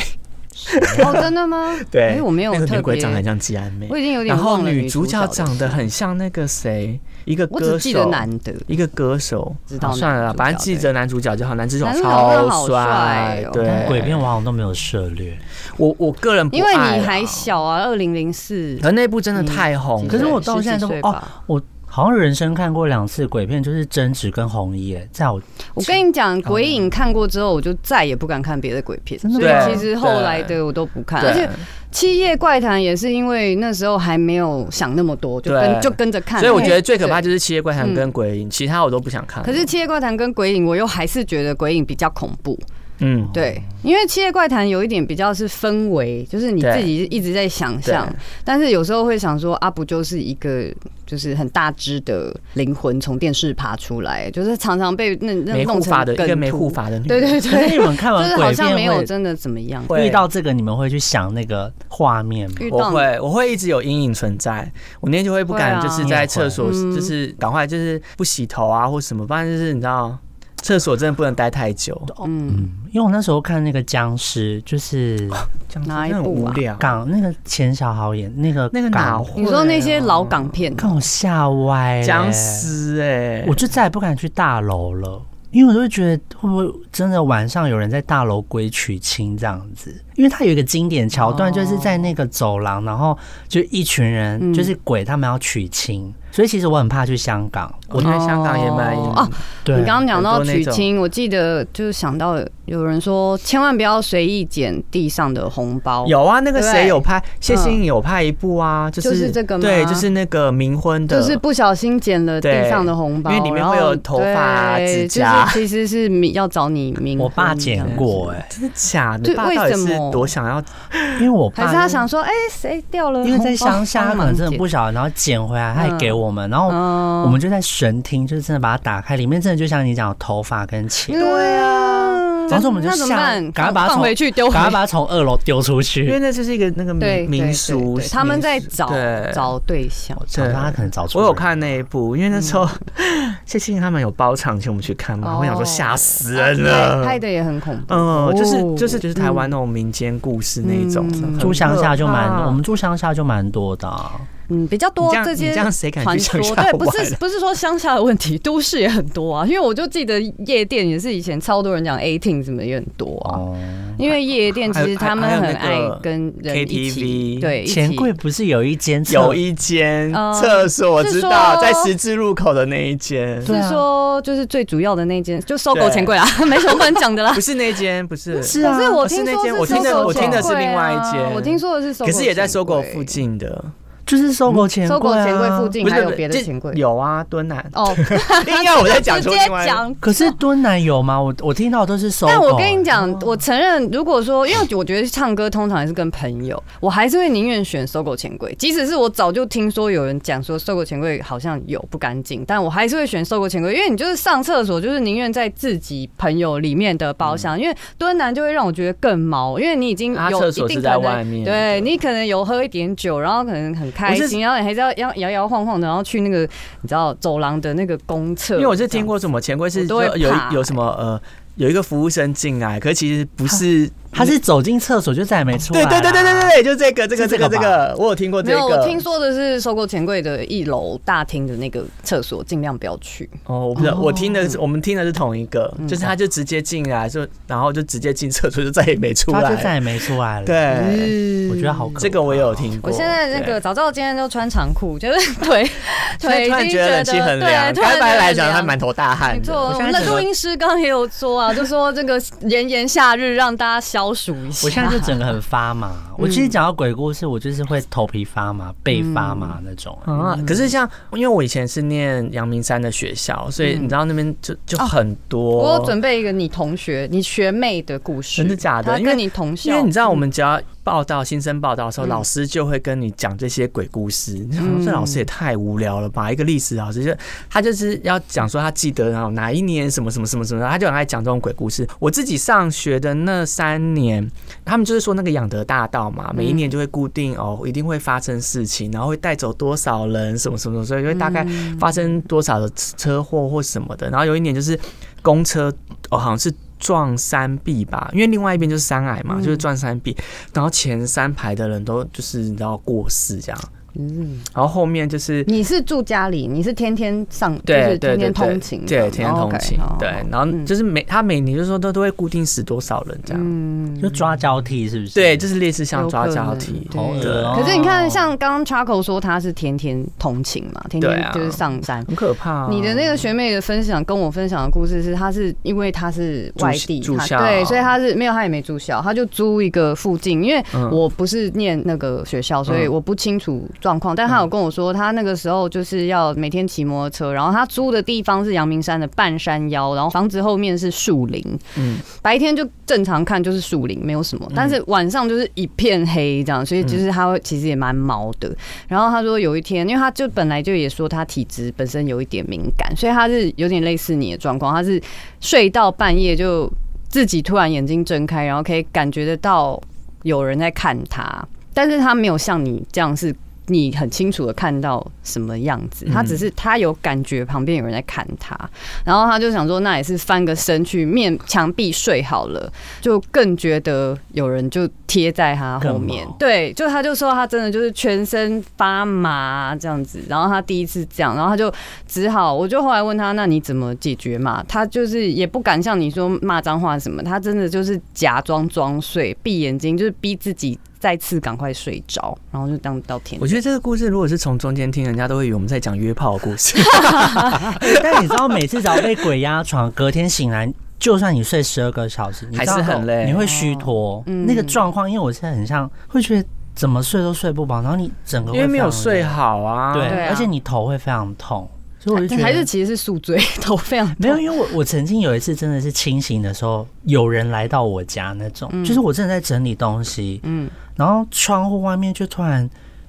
S1: 哦真的吗？
S2: 对，
S1: 哎我没有
S2: 那个
S1: 特
S2: 女鬼长
S1: 别
S2: 得很，像季安妹
S1: 我，已经有点
S2: 然后
S1: 忘了
S2: 女
S1: 主
S2: 主角
S1: 的
S2: 长得很像那个谁，一个
S1: 我
S2: 歌
S1: 只记得
S2: 手，
S1: 男的，
S2: 一个歌手
S1: 知，道
S2: 好算了啦，
S1: 男主角
S2: 反正记着男主角就好，男主角
S1: 男主角真的好
S2: 超
S1: 帅哦
S2: 对，
S3: 鬼片我好像都没有涉猎，
S2: 我我个人不
S1: 因为
S2: 爱
S1: 你
S2: 啦
S1: 还，嗯小啊，二零零四，
S2: 可那部真的太红了，
S3: 可是我到现在都
S1: 十几岁
S3: 哦
S1: 吧
S3: 我好像人生看过两次鬼片，就是贞子跟红衣，哎在 我
S1: 我跟你讲，《鬼影》
S2: 嗯
S1: 看过之后，我就再也不敢看别的鬼片，
S3: 真的
S1: 所
S3: 吗
S1: 以其实后来的我都不看，
S2: 对
S1: 而且《七夜怪谈》也是因为那时候还没有想那么多，就跟
S2: 对
S1: 就跟着看。
S2: 所以我觉得最可怕就是《七夜怪谈
S1: 嗯》
S2: 跟《鬼影》，其他我都不想看。
S1: 可是《七夜怪谈》跟《鬼影》，我又还是觉得《鬼影》比较恐怖，
S2: 嗯，
S1: 对，因为《七夜怪谈》有一点比较是氛围，就是你
S2: 对
S1: 自己一直在想象
S2: 对，
S1: 但是有时候会想说，啊，不就是一个就是很大只的灵魂从电视爬出来，就是常常被那那
S2: 没护
S1: 弄成
S2: 法的一个
S1: 梗
S2: 没
S1: 图
S2: 护，法的女
S1: 对对
S3: 可是
S1: 对
S3: 你，们看
S1: 就
S3: 完
S1: 是好
S3: 鬼
S1: 像没有
S3: 片
S1: 真的怎么样。
S2: 会
S3: 会遇到这个，你们会去想那个画面吗？
S1: 遇
S2: 我
S1: 到
S2: 会，我会一直有阴影存在。我那天就会不
S1: 会
S2: 敢，
S1: 啊
S2: 就是在厕所，
S1: 嗯
S2: 就是赶快就是不洗头啊，或什么，不然就是你知道，厕所真的不能待太久。
S1: 嗯，
S3: 因为我那时候看那个僵尸， 就是
S2: 这样子
S1: 哪一
S2: 真的很
S1: 部啊
S2: 无聊？
S3: 港那个钱小豪演那个
S2: 那个哪
S3: 港，
S2: 会啊？
S1: 你说那些老港片，
S3: 看我吓歪、欸，
S2: 僵，尸哎、
S3: 我就再也不敢去大楼了。因为我就会觉得会不会真的晚上有人在大楼规娶亲这样子？因为它有一个经典桥段，
S1: 哦
S3: 就是在那个走廊，然后就一群人
S1: 嗯
S3: 就是鬼，他们要娶亲，所以其实我很怕去香港。
S2: 我在香港也蛮
S1: 哦哦
S3: 对，
S1: 你刚刚讲到
S2: 很多那
S1: 娶
S2: 种
S1: 亲，我记得就是想到有人说，千万不要随意捡地上的红包。
S2: 有啊，那个
S1: 对嗯
S2: 谁有拍，谢欣颖有拍一部啊，就是
S1: 就是这个吗
S2: 对，就是那个冥婚的，
S1: 就是不小心捡了地上的红包，
S2: 对因为里面会有
S1: 然后
S2: 头发
S1: 对
S2: 指甲
S1: 就是其实是明要找你冥婚
S3: 我爸捡过哎、
S2: 真的假的？
S1: 对
S2: 你爸到底
S1: 为什
S2: 是
S1: 么
S2: 多想要？
S3: 因为我
S1: 这样，还
S3: 爸
S1: 是他想说，哎，谁掉 了红包？
S3: 因为在乡下，他可能真的不
S1: 帮
S3: 晓得，然后捡回来，他也给我们，然后
S1: 忙捡，
S3: 我们就在神厅，就是真的把它打开，里面真的就像你讲，有头发跟钱，
S1: 对啊
S3: 然后我们就
S1: 那怎么
S3: 下
S1: 办？
S3: 赶快把它
S1: 放
S3: 从
S1: 回去丢回
S3: 赶快
S1: 去。
S3: 把它从二楼丢出
S2: 因 为
S3: 去。
S2: 那就是一个那
S1: 对，
S2: 个民
S1: 对对
S2: 民俗
S1: 对，他们在
S2: 民俗
S1: 找
S2: 对
S1: 找对象
S3: 我。想说他可能找出
S2: 我
S3: 来
S2: 有，看那一部，因为那时候 谢欣颖他们有包场请我们去看嘛，
S1: 嗯哦
S2: 我想说吓死人了。
S1: 拍的也很恐怖。
S2: 嗯，就是就是
S1: 哦
S2: 就是台湾那种民间故事那一种
S1: 嗯，
S2: 很
S3: 住乡下就蛮
S2: 可，怕
S3: 我们住乡下就蛮多的啊。
S1: 嗯，比较
S2: 你
S1: 多
S2: 这样
S1: 些
S2: 你这样谁敢
S1: 传
S2: 去
S1: 说
S2: 乡，下
S1: 对，
S2: 玩啊
S1: 不是不是说乡下的问题， 都市也很多啊。因为我就记得夜店也是以前超多人讲 eighteen 什么也很多啊，
S3: 哦，
S1: 因为夜店其实他们很爱跟人一
S2: 还有还有那
S1: 起
S2: 个
S1: 对一起
S3: 钱柜不是有一间厕
S2: 有一间
S1: 嗯
S2: 厕所我知
S1: 是说
S2: 道，在十字路口的那一间，
S1: 是说就是最主要的那间就搜狗钱柜啦，啊 没什么不能讲的啦
S2: 不。是那间，不是。哦
S3: 是
S1: 可
S3: 啊，
S1: 是我
S2: 不是
S1: 听
S2: 那
S1: 说
S2: 间我
S1: 是
S2: 听
S1: 搜
S2: 的
S1: 狗
S2: 我听的
S1: 钱
S2: 是
S1: 柜
S2: 另外一
S1: 啊
S2: 间
S1: 我听说的是搜狗，
S2: 可是也在搜狗附。近的，
S3: 就是搜狗钱
S1: 搜狗
S3: 柜啊
S1: 钱柜附近
S2: 不是
S1: 还有
S2: 不是
S1: 别的
S2: 这
S1: 钱柜
S2: 有啊，敦南。
S1: 哦，
S2: 硬要我在讲
S1: 直
S2: 出
S1: 接
S2: 另外一个
S1: 讲。
S3: 可是蹲奶有吗？我我听到都是搜狗。
S1: 但我跟你讲，
S2: 哦
S1: 我承认，如果说，因为我觉得唱歌通常还是跟朋友，我还是会宁愿选搜狗钱柜，即使是我早就听说有人讲说搜狗钱柜好像有不干净，但我还是会选搜狗钱柜，因为你就是上厕所，就是宁愿在自己朋友里面的包厢，因为蹲男就会让我觉得更毛，因为你已经
S2: 啊
S1: 嗯有
S2: 嗯厕
S1: 一
S2: 所
S1: 定
S2: 是
S1: 可
S2: 在
S1: 能
S2: 外面
S1: 对
S2: 的
S1: 你可能有喝一点酒，然后可能很开
S2: 我
S1: 心，然后你还是要摇摇摇晃晃的，然后去那个你知道走廊的那个公厕，
S2: 因为我是听过什么钱柜是
S1: 我都会
S2: 有有
S1: 怕啊
S2: 有什么呃有一个服务生进来，可是其实不是，
S3: 他是走进厕所就再也没出来
S2: 对
S3: 啊。
S2: 对对对对对对，就这个这个
S3: 是
S2: 这
S3: 这
S2: 个
S3: 个
S2: 这个，我有听过这
S1: 没有，
S2: 个。
S1: 我听说的是收购钱柜的一楼大厅的那个厕所，尽量不要去。
S2: 哦，我不知道，
S3: 哦
S2: 我听的是我们听的是同一个，
S1: 嗯
S2: 就是他就直接进来，就然后就直接进厕所，就再也没出
S3: 他就再
S2: 来。
S3: 也没出来了。，
S2: 对，
S3: 我觉得好可怕。
S2: 这哎个我也有听过。
S1: 嗯我现在那个早知道今天都穿长裤，就是 腿
S2: 现在
S1: 腿已
S2: 突然
S1: 经
S2: 觉
S1: 觉
S2: 得
S1: 得
S2: 冷气很凉，
S1: 对，突然
S2: 该
S1: 觉
S2: 白
S1: 得
S2: 来
S1: 很
S2: 讲他
S1: 凉。
S2: 满头大汗
S1: 没错，
S2: 的。
S3: 我
S1: 我
S3: 现在
S1: 们的
S3: 整
S1: 录
S3: 个
S1: 音师刚刚也有说啊，就说这个 炎炎夏日让大家消暑一下。
S3: 我现在就整个很发麻。我
S1: 嗯
S3: 其实讲到鬼故事，我就是会头皮发麻、背发麻那种。
S1: 嗯
S2: 啊！可是像，因为我以前是念阳明山的学校，所以你知道那边就就很多。
S1: 嗯哦我有准备一个你同学、你学妹的故事，
S2: 真的假的
S1: 她
S2: 因为
S1: 跟你同校，
S2: 因为你知道，我们只要报道新生报道的时候，老师就会跟你讲这些鬼故事。你想说这老师也太无聊了吧？一个历史老师就他就是要讲说他记得然后哪一年什么什么什么什么，他就很爱讲这种鬼故事。我自己上学的那三年，他们就是说那个养德大道嘛，每一年就会固定哦，一定会发生事情，然后会带走多少人，什么什么什么，所以就会大概发生多少的车祸或什么的。然后有一年就是公车哦，好像是撞山壁吧，因为另外一边就是山崖嘛，
S1: 嗯
S2: 就是撞山壁，然后前三排的人都就是你知道过世这样，
S1: 嗯，
S2: 然后后面就是。
S1: 你是住家里，你是天天上，就
S2: 对
S1: 是
S2: 对
S1: 天
S2: 对
S1: 天
S2: 对，
S1: 通勤这
S2: 对
S1: 样，
S2: 天天通
S1: OK，哦
S2: 勤
S1: 好，嗯
S2: 对，然后就是每他每年就是说都都会固定死多少人这样，
S1: 嗯，
S3: 欸就抓交替是不是？
S2: 对，就是类似像
S1: 有
S2: 抓
S1: 可
S2: 交
S1: 能
S2: 替，
S1: 对
S3: 好恶
S2: 对
S3: 哦
S1: 可是你看，像刚刚 Charco 说他是天天通勤嘛，天
S2: 对
S1: 天
S2: 啊
S1: 就是上山。
S2: 很可怕啊。
S1: 你的那个学妹的分享跟我分享的故事是，她是因为她是外地，
S2: 住
S1: 她
S2: 校
S1: 对，所以她是没有，她也没住校，她就租一个附近。因为
S2: 嗯
S1: 我不是念那个学校，所以
S2: 嗯
S1: 我不清楚状况。但她有跟我说，她那个时候就是要每天骑摩托车，然后她租的地方是阳明山的半山腰，然后房子后面是树林，
S2: 嗯
S1: 白天就正常看就是树林，没有什么，但是晚上就是一片黑这样，所以
S2: 嗯
S1: 就是他会其实也蛮毛的。然后他说有一天，因为他就本来就也说他体质本身有一点敏感，所以他是有点类似你的状况，他是睡到半夜就自己突然眼睛睁开，然后可以感觉得到有人在看他，但是他没有像你这样是。你很清楚的看到什么样子，他只是他有感觉旁边有人在看他，然后他就想说，那也是翻个身去面墙壁睡好了，就更觉得有人就贴在他后面
S3: 更毛。
S1: 对，就他就说他真的就是全身发麻这样子，然后他第一次这样，然后他就只好，我就后来问他，那你怎么解决嘛？他就是也不敢像你说骂脏话什么，他真的就是假装装睡，闭眼睛，就是逼自己再次赶快睡着，然后就当到天亮。
S2: 我觉得这个故事如果是从中间听，人家都会以为我们在讲约炮的故 事。
S1: 哦
S3: 欸但你知道，每次只要被鬼压床，隔天醒来，就算你睡十二个小时，你知道
S2: 还是很累
S3: 你会虚脱。
S1: 嗯
S3: 那个状况，因为我现在很像，会觉得怎么睡都睡不饱，然后你整个会
S2: 因为没有睡
S3: 非
S2: 好啊。
S3: 常累，
S1: 对
S3: 对，
S1: 啊
S3: 而且你头会非常痛，所以我就觉得
S1: 还是其实是宿醉，头非常痛
S3: 没有，因为我我曾经有一次真的是清醒的时候，有人来到我家那种，
S1: 嗯
S3: 就是我正在整理东西，
S1: 嗯
S3: 然后窗户外面就突然，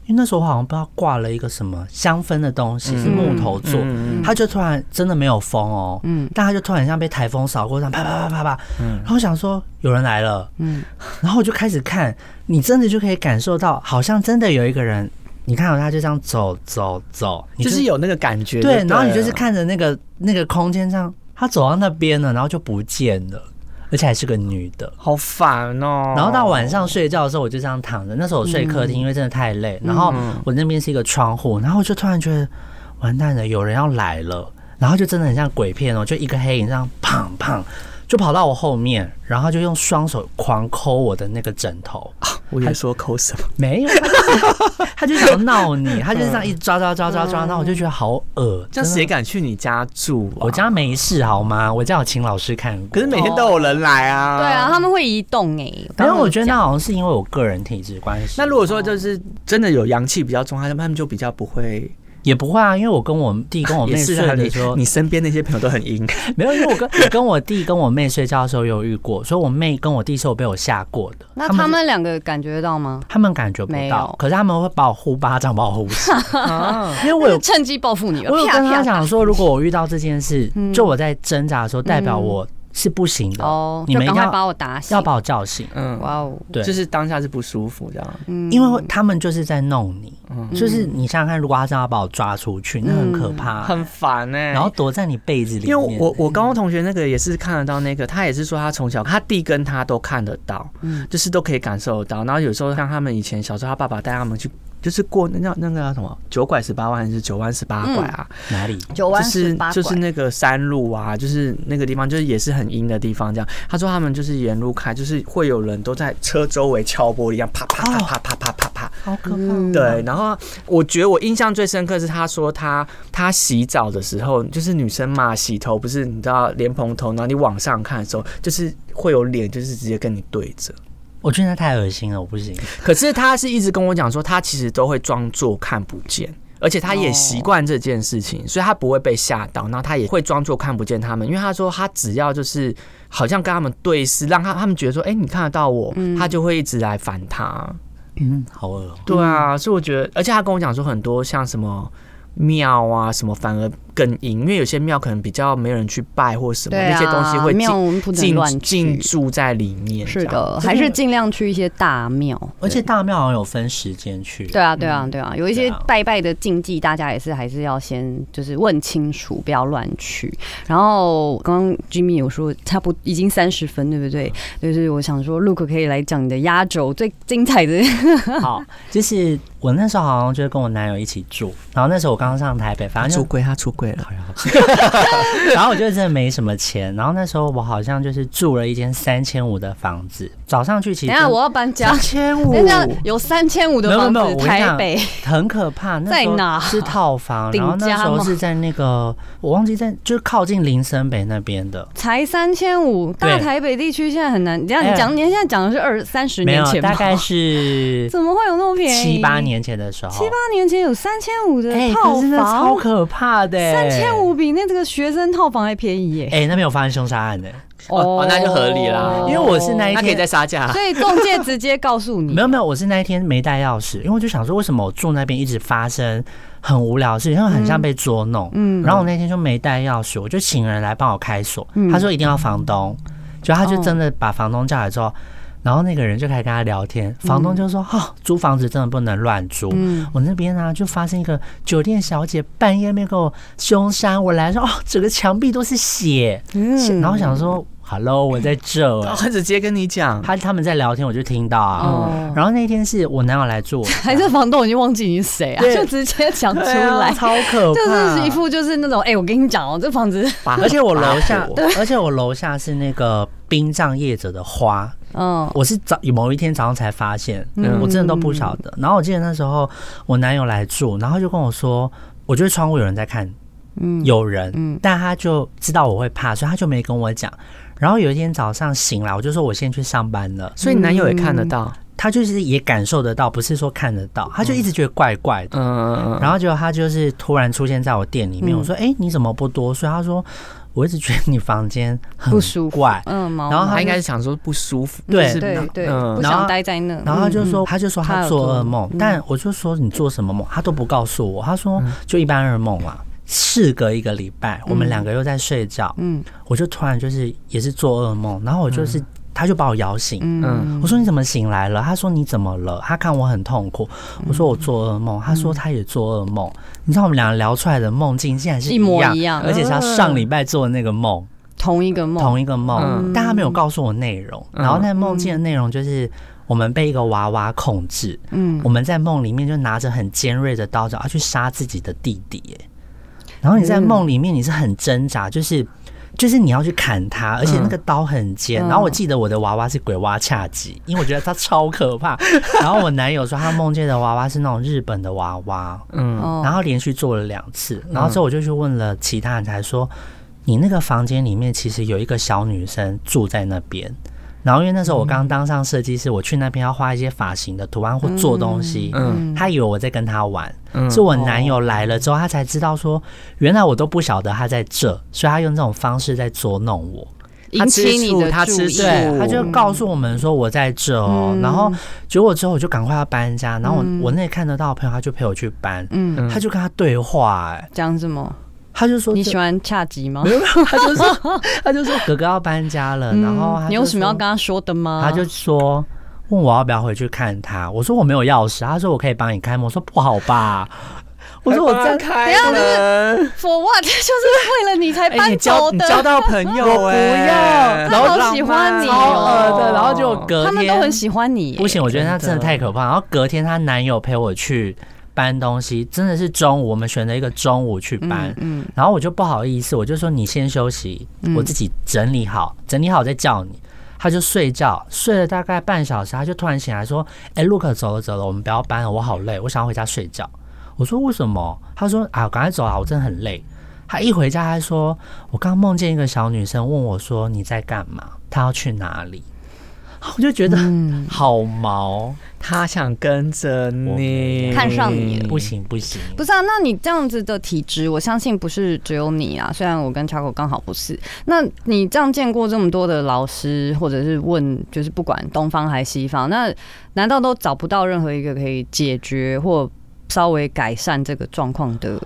S3: 因为那时候我好像不知道挂了一个什么香氛的东西，是木头做，
S2: 嗯，
S3: 它就突然真的没有风哦，
S1: 嗯
S3: 但他就突然像被台风扫过，这样啪啪啪啪啪，
S2: 嗯
S3: 然后我想说有人来了，
S1: 嗯
S3: 然后我就开始看，你真的就可以感受到，好像真的有一个人，你看到他就这样走走走，你
S2: 就是有那个感觉。
S3: 对，
S2: 就
S3: 然后你
S2: 了
S3: 就是看着那个那个空间这样，他走到那边了，然后就不见了，而且还是个女的。
S2: 好烦哦。
S3: 然后到晚上睡觉的时候，我就这样躺着。那时候我睡客厅，
S2: 嗯
S3: 因为真的太累。然后我那边是一个窗户，然后我就突然觉得完蛋了，有人要来了。然后就真的很像鬼片哦，就一个黑影这样砰砰就跑到我后面，然后就用双手狂抠我的那个枕头，
S2: 我也说抠什么，
S3: 没有，他就是想闹你，他就是这样一直抓抓抓抓抓，那我就觉得好恶，
S2: 嗯这样谁敢去你家住啊？
S3: 我家没事好吗？我家有请老师看过，
S2: 可是每天都有人来啊。
S3: 哦
S1: 对啊，他们会移动哎、
S3: 没有，我觉得那好像是因为我个人体质关系。
S2: 那如果说就是真的有阳气比较重，他们他们就比较不会。
S3: 也不会啊，因为我跟我弟跟我妹
S2: 也是
S3: 睡
S2: 啊，
S3: 的
S2: 你
S3: 时候，
S2: 你身边那些朋友都很阴，
S3: 没有，因为我跟我跟我弟跟我妹睡觉的时候有遇过，所以我妹跟我弟是有被我吓过的。
S1: 那
S3: 他
S1: 他们两个感觉得到吗？
S3: 他们感觉不
S1: 没
S3: 到
S1: 有，
S3: 可是他们会把我呼巴掌，把我 呼死， 因为我有
S1: 趁机报复你吧，
S3: 我有
S1: 啪
S3: 跟他
S1: 啪啪
S3: 讲说，如果我遇到这件事，
S1: 嗯
S3: 就我在挣扎的时候，代表我是不行的，
S1: 哦，
S3: 你
S1: 就
S3: 们一
S1: 赶
S3: 定
S1: 快
S3: 要
S1: 把我打醒，
S3: 要把我叫醒，
S2: 嗯，
S1: 哇哦，
S3: 对
S2: 就是当下是不舒服这样。
S1: 嗯
S3: 因为他们就是在弄你，
S2: 嗯
S3: 就是你想想看，如果他真的要把我抓出去，那
S1: 嗯
S3: 很可怕，
S2: 很烦哎、
S3: 然后躲在你被子里面，
S2: 因为我
S1: 嗯
S2: 我高中同学那个也是看得到那个，他也是说他从小他弟跟他都看得到，
S1: 嗯
S2: 就是都可以感受得到。然后有时候像他们以前小时候，他爸爸带他们去，就是过那叫那个叫什么九拐十八弯还是九弯十八拐啊，
S3: 哪里
S1: 嗯九
S2: 就
S1: 弯十
S2: 是
S1: 八
S2: 就是
S1: 拐
S2: 那个山路啊，就是那个地方，就是也是很阴的地方。这样，他说他们就是沿路开，就是会有人都在车周围敲玻璃，一样啪啪啪啪啪啪啪啪。
S3: 好可
S1: 嗯
S2: 对，然后我觉得我印象最深刻是他说他他洗澡的时候，就是女生嘛，洗头不是你知道莲蓬头，然后你往上看的时候，就是会有脸，就是直接跟你对着。
S3: 我觉得那太恶心了，我不行。
S2: 可是他是一直跟我讲说，他其实都会装作看不见。而且他也习惯这件事情所以他不会被吓到，然后他也会装作看不见他们，因为他说他只要就是好像跟他们对视，让他他们觉得说，哎、你看得到我，他就会一直来烦他。
S3: 嗯，好恶、哦。
S2: 对啊，所以我觉得，而且他跟我讲说，很多像什么庙啊什么，反而更阴，因为有些庙可能比较没有人去拜或什么，
S1: 对啊，
S2: 那些东西会
S1: 庙
S2: 进
S1: 我们不能
S2: 进
S1: 乱
S2: 进
S1: 去，
S2: 驻在里面。
S1: 是
S2: 这样，
S1: 的，还是尽量去一些大庙。
S3: 而且大庙好像有分时间去，
S1: 对啊，对啊，对啊，有一
S3: 对
S1: 些
S3: 啊
S1: 拜拜的禁忌，大家也是还是要先就是问清楚，不要乱去。然后刚刚 Jimmy 有说差不多已经三十分，对不对？就是我想说，Luke 可以来讲你的压轴最精彩的，
S3: 好，就是我那时候好像就是跟我男友一起住，然后那时候我刚上台北，反
S2: 他
S3: 正
S2: 出
S3: 就
S2: 轨，他出轨了。
S3: 然后我就真的没什么钱，然后那时候我好像就是住了一间三千五的房子，早上去其
S1: 等
S3: 实
S1: 一下我要搬家
S2: 两。千五
S1: 等一下有三千五的房
S3: 没有没有
S1: 子，
S3: 我跟你
S1: 台
S3: 讲
S1: 北
S3: 很可怕，那时
S1: 在
S3: 候
S1: 哪
S3: 是套房，然后
S1: 顶
S3: 那
S1: 家
S3: 时候
S1: 吗
S3: 是在那个我忘记在就是靠近林森北那边的，
S1: 才三千五，
S3: 对
S1: 大台北地区现在很难。你这样
S3: 哎
S1: 你讲，你现在讲的是二三十
S3: 没
S1: 年
S3: 有
S1: 前吧？
S3: 大概是
S1: 怎么会有那么便宜？
S3: 七八，年前的时候，
S1: 七八年前有三千五的
S3: 哎，
S1: 套
S3: 可是那超
S1: 房，
S3: 可怕的，
S1: 三千。五比那这个学生套房还便宜耶。
S3: 哎、那边有发生凶杀案的、
S2: 哦那就合理啦
S3: 因为我是那一
S2: 他
S3: 天
S2: 可以再杀价啊。
S1: 所以中介直接告诉你，
S3: 没有没有，我是那一天没带钥匙，因为我就想说，为什么我住那边一直发生很无聊的事情，因为很像被捉弄。
S1: 嗯
S3: 然后我那天就没带钥匙，我就请人来帮我开锁。
S1: 嗯
S3: 他说一定要房东，就他就
S1: 哦
S3: 真的把房东叫来之后，然后那个人就开始跟他聊天。房东就说：“哦，租房子真的不能乱租。
S1: 嗯
S3: 我那边呢、就发生一个酒店小姐半夜没给我凶杀，我来说哦，整个墙壁都是血，血然后我想说，Hello，我在这、欸，
S2: 他直接跟你讲，
S3: 他他们在聊天，我就听到啊。
S1: 哦
S3: 然后那天是我男友来住我家，
S1: 还是房东已经忘记你是谁啊，
S3: 对
S1: 就直接讲 出
S3: 对啊
S1: 来，
S3: 超 可
S1: 就
S3: 怕，
S1: 是一副就是那种，哎，我跟你讲哦，这房子，
S2: 把
S3: 而且我楼
S2: 把
S3: 下
S1: 嗯
S2: 火，
S3: 而且我楼下是那个殡葬业者的花，
S1: 嗯
S3: 我是早某一天早上才发现，
S1: 嗯
S3: 我真的都不晓得。然后我记得那时候我男友来住，然后就跟我说，我觉得窗户有人在看，
S1: 嗯
S3: 有人，
S1: 嗯
S3: 但他就知道我会怕，所以他就没跟我讲。然后有一天早上醒来，我就说我先去上班了。
S2: 所以你男友也看得到，
S3: 他就是也感受得到，不是说看得到，
S1: 嗯
S3: 他就一直觉得怪怪的。
S2: 嗯，
S3: 然后结果他就是突然出现在我店里面，
S1: 嗯
S3: 我说：“哎、你怎么不多睡？”他说：“我一直觉得你房间很
S1: 不舒服
S3: 怪。
S1: 嗯，毛
S3: 然后
S2: 他
S1: 毛
S2: 应该是想说不舒服，
S3: 对
S2: 就是
S1: 对对，
S2: 嗯
S1: 不
S3: 然后
S1: 想待在那，”
S3: 然后他就说，
S1: 嗯，
S3: 他就说
S1: 他
S3: 他
S1: 有
S3: 做
S1: 做嗯
S3: 噩梦，但我就说你做什么梦，他都不告诉我。他说就一般噩梦嘛。事隔一个礼拜，我们两个又在睡觉，
S1: 嗯
S3: 我就突然就是也是做噩梦，然后我就是他就把我摇醒，
S1: 嗯嗯
S3: 我说你怎么醒来了？他说你怎么了？他看我很痛苦，
S2: 嗯
S3: 我说我做噩梦。他说他也做噩梦。你知道我们俩聊出来的梦境竟然是
S1: 一模
S3: 样，
S1: 一样
S3: 而且是他上礼拜做的那个梦，
S1: 同一个梦，
S3: 同一个梦，
S2: 嗯
S3: 但他没有告诉我内容。
S2: 嗯
S3: 然后那梦境的内容就是。我们被一个娃娃控制，
S1: 嗯
S3: 我们在梦里面就拿着很尖锐的刀啊爪要去杀自己的弟弟、耶然后你在梦里面你是很挣扎，就是就是你要去砍它，而且那个刀很尖。
S1: 嗯
S3: 然后我记得我的娃娃是鬼娃恰吉，因为我觉得它超可怕。然后我男友说他梦见的娃娃是那种日本的娃娃，
S2: 嗯，
S1: 哦
S3: 然后连续做了两次，然后之后我就去问了其他人，才说你那个房间里面其实有一个小女生住在那边。然后因为那时候我刚当上设计师，我去那边要画一些发型的图案或做东西，
S2: 嗯
S3: 他以为我在跟他玩，
S2: 嗯
S3: 是我男友来了之后，他才知道说原来我都不晓得他在这，所以他用这种方式在捉弄我。
S1: 引起你的
S2: 他
S1: 注
S2: 吃
S1: 意
S2: 醋，
S3: 对，他就告诉我们说我在这哦，
S2: 嗯
S3: 然后结果之后我就赶快要搬家，然后我、我那看得到的朋友他就陪我去搬，
S1: 嗯，
S3: 他就跟他对话、哎，
S1: 讲什么？
S3: 他就说
S1: 你
S3: 这
S1: 喜欢恰吉吗
S3: 没？有没有，他 就说他就说哥嗯哥要搬家了，
S2: 嗯
S3: 然后他就
S1: 你有什么要跟
S3: 说
S1: 他说的吗？
S3: 他就说。问我要不要回去看他，我说我没有钥匙，他说我可以帮你开门，我说不好吧， 我说我在
S2: 开门，
S1: for what？就是 为了你才
S2: 哎，你
S1: 搬
S2: 交
S1: 走
S2: 你交
S1: 的。
S2: 到朋 友哎，
S1: 他好喜欢你
S3: 超恶的，
S1: 哦
S3: 然后就隔天
S1: 他们都很喜欢你耶，
S3: 不行，我觉得她真的
S2: 真的
S3: 太可怕。然后隔天她男友陪我去搬东西，真的是中午，我们选择一个中午去搬。
S1: 嗯，
S3: 然后我就不好意思，我就说你先休息，我自己整理好，整理好再叫你。她就睡觉，睡了大概半小时，她就突然醒来说：“哎、l o o k 走了走了，我们不要搬了，我好累，我想要回家睡觉。”我说：“为什么？”她说：“啊，赶快走啊，我真的很累。”她一回家，她说：“我刚梦见一个小女生问我说你在干嘛？她要去哪里？”我就觉得
S1: 嗯
S3: 好毛，
S2: 他想跟着你，
S1: 看上
S2: 嗯
S1: 你了
S3: 不行不行，
S1: 不是啊，那你这样子的体质，我相信不是只有你啊。虽然我跟 Chaco 刚好不是，那你这样见过这么多的老师，或者是问，就是不管东方还西方，那难道都找不到任何一个可以解决或稍微改善这个状况的？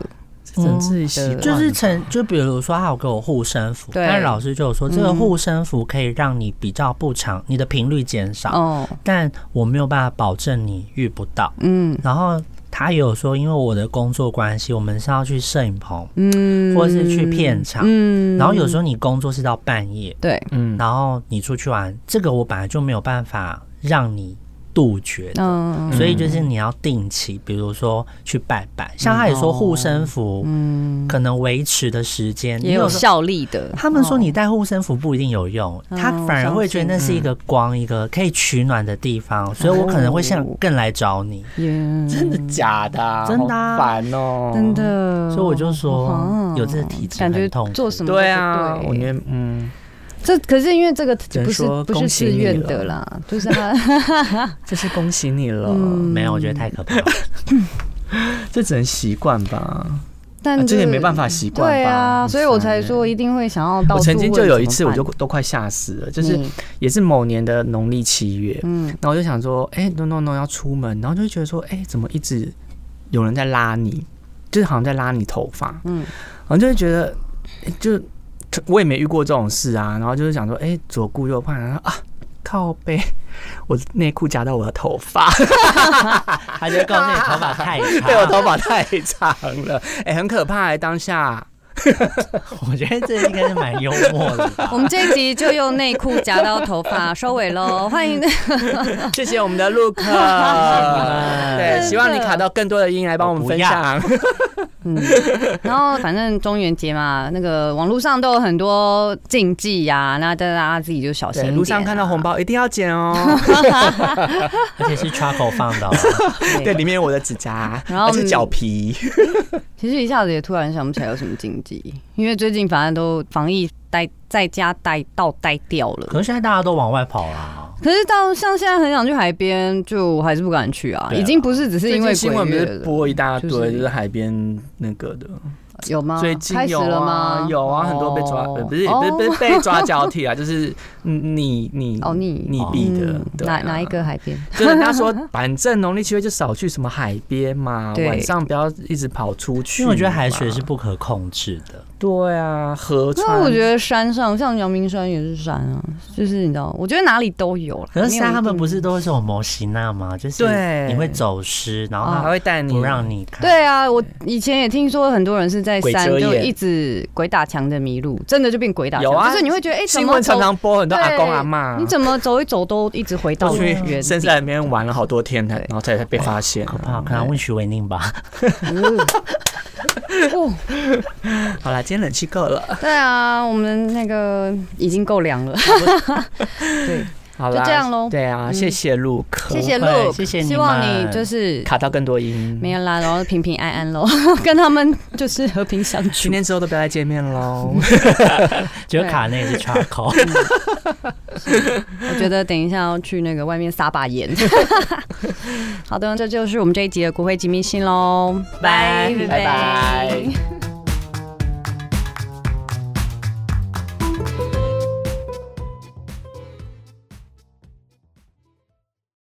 S2: 这真是习惯了
S3: 就是成就比如说，他有给我护身符，
S1: 对
S3: 但是老师就有说，这个护身符可以让你比较不长，你的频率减少，
S1: 哦，
S3: 但我没有办法保证你遇不到。
S1: 嗯
S3: 然后他也有说，因为我的工作关系，我们是要去摄影棚，
S1: 嗯，
S3: 或是去片场
S1: 嗯
S3: 然后有时候你工作是到半夜，
S1: 对，
S2: 嗯，
S3: 然后你出去玩，这个我本来就没有办法让你杜绝的。
S1: 嗯
S3: 所以就是你要定期，比如说去拜拜，像他也说护身符，
S1: 嗯，
S3: 可能维持的时间
S1: 也
S3: 你
S1: 有
S3: 时候
S1: 效力的。哦嗯
S3: 他们说你戴护身符不一定有用，他反而会觉得那是一个光，一个可以取暖的地方，
S1: 嗯
S3: 所以我可能会像更来找你。
S1: 耶
S2: 真的假的啊？
S3: 真的啊
S2: 好烦哦，
S1: 嗯真。的，
S3: 所以我就说
S1: 哦
S3: 有这个体质
S1: 感觉
S3: 很痛苦
S1: 做什么都不
S2: 对啊，我
S1: 对
S2: 觉得嗯，
S1: 这可是因为这个不
S2: 能
S1: 是
S2: 说
S1: 不是
S2: 恭喜
S1: 自
S2: 你
S1: 愿
S2: 了
S1: 的 啦，就是他
S2: 这是恭喜你了，
S1: 嗯
S3: 没有，我觉得太可怕了。
S2: 这只能习惯吧，
S1: 但
S2: 啊
S1: 就
S2: 这
S1: 是、
S2: 也没办法习惯吧。
S1: 对啊，
S2: 很
S1: 所以我才
S2: 烦欸
S1: 说一定会想要到
S2: 我
S1: 处
S2: 曾经
S1: 问
S2: 就有一
S1: 怎么
S2: 次，我就
S1: 办嗯
S2: 都快吓死了，就是
S1: 你
S2: 也是某年的农历七月，
S1: 嗯
S2: 然后我就想说，哎、n o no no 要出门，然后就会觉得说，哎、怎么一直有人在拉你，就是好像在拉你头发，
S1: 嗯
S2: 然后就会觉得，诶就我也没遇过这种事啊，然后就是想说，哎、左顾右盼，然后啊，靠背， 我内裤夹到我的头发，
S3: 他就告诉你头发太
S2: 对 我
S3: 长，
S2: 头发太长了，哎、很可怕、欸，当下。
S3: 我觉得这应该是蛮幽默的吧
S1: 我。们这一集就用内裤夹到头发收尾喽，欢 迎
S2: 谢谢我们的 Look，
S3: 们
S2: 对，希望你卡到更多的音来帮我们分享。
S1: 嗯，然后反正中元节嘛，那个网络上都有很多禁忌呀、那大家自己就小心一
S2: 对，
S1: 点、啊
S2: 路上看到红，包一定要捡哦。
S3: 而且是 Truffle 放 的哦，
S2: 对，里面有我的指甲，
S1: 然后
S2: 而且脚皮。
S1: 其实一下子也突然想不起来有什么禁忌，因为最近反正都防疫待在家待到呆掉了。
S3: 可是现在大家都往外跑啊啦。
S1: 可是到像现在很想去海边，就还是不敢去啊，
S3: 对啊
S1: 已经不是只是因为
S2: 最近新闻不
S1: 鬼月
S2: 是
S1: 了
S2: 播一大堆，
S1: 就是
S2: 就是海边那个的，
S1: 有吗？
S2: 最近
S1: 开始
S2: 有啊
S1: 了吗？
S2: 有啊，很多被抓，
S1: 哦
S2: 呃不是
S1: 哦
S2: 不是不是被抓交替啊， 就是你你
S1: 哦
S2: 你
S1: 你
S2: 你比的
S1: 嗯，
S2: 对啊
S1: 哪哪一？个海边？
S2: 就人家说，反正农历七月就少去什么海边嘛，
S1: 对
S2: 晚上不要一直跑出去
S3: 因
S2: 嘛。
S3: 为我觉得海水是不可控制的，
S2: 对啊，河
S1: 那
S2: 川。
S1: 我觉得山上，像阳明山也是山啊，就是你知道，我觉得哪里都有啦。
S3: 可是
S1: 没有
S3: 在
S1: 一
S3: 他们
S1: 定
S3: 不是都会是有模型那吗？就是
S2: 对
S3: 你会走失，然后
S2: 啊
S1: 啊
S2: 还
S3: 他
S2: 会带你，
S3: 不让你看。
S1: 对啊，我以前也听说很多人是在
S2: 鬼
S1: 山
S2: 遮
S1: 就
S2: 眼
S1: 一直鬼打墙的迷路，真的就变鬼打墙，
S2: 有啊
S1: 就是你会觉得哎、怎
S2: 新
S1: 么
S2: 闻
S1: 走
S2: 常常播很多阿公
S1: 对
S2: 阿妈，
S1: 你怎么走一走都一直回到
S2: 我去
S1: 原地
S2: 深山里面玩了好多天才，然后才被发现。
S3: 可怕，可能问许维宁吧。
S1: 嗯哦，
S2: 好啦，今天冷气够了，
S1: 对啊，我们那个已经够凉 了，对，
S2: 好啦，
S1: 就这样咯嗯
S2: 对啊，谢谢陆克，
S1: 谢谢
S3: 不会
S1: Look，
S3: 谢谢你
S1: 希望你
S3: 们
S1: 就是
S2: 卡到更多音，
S1: 没有啦，然后平平安安喽， 跟他们就是和平相
S2: 十
S1: 处。
S2: 年之后都不要再见面 喽。
S3: 只有卡内是 charcoal。
S1: 我觉得等一下要去那个外面撒把盐。 好的，这就是我们这一集的国会机密信喽，
S3: 拜
S2: 拜拜。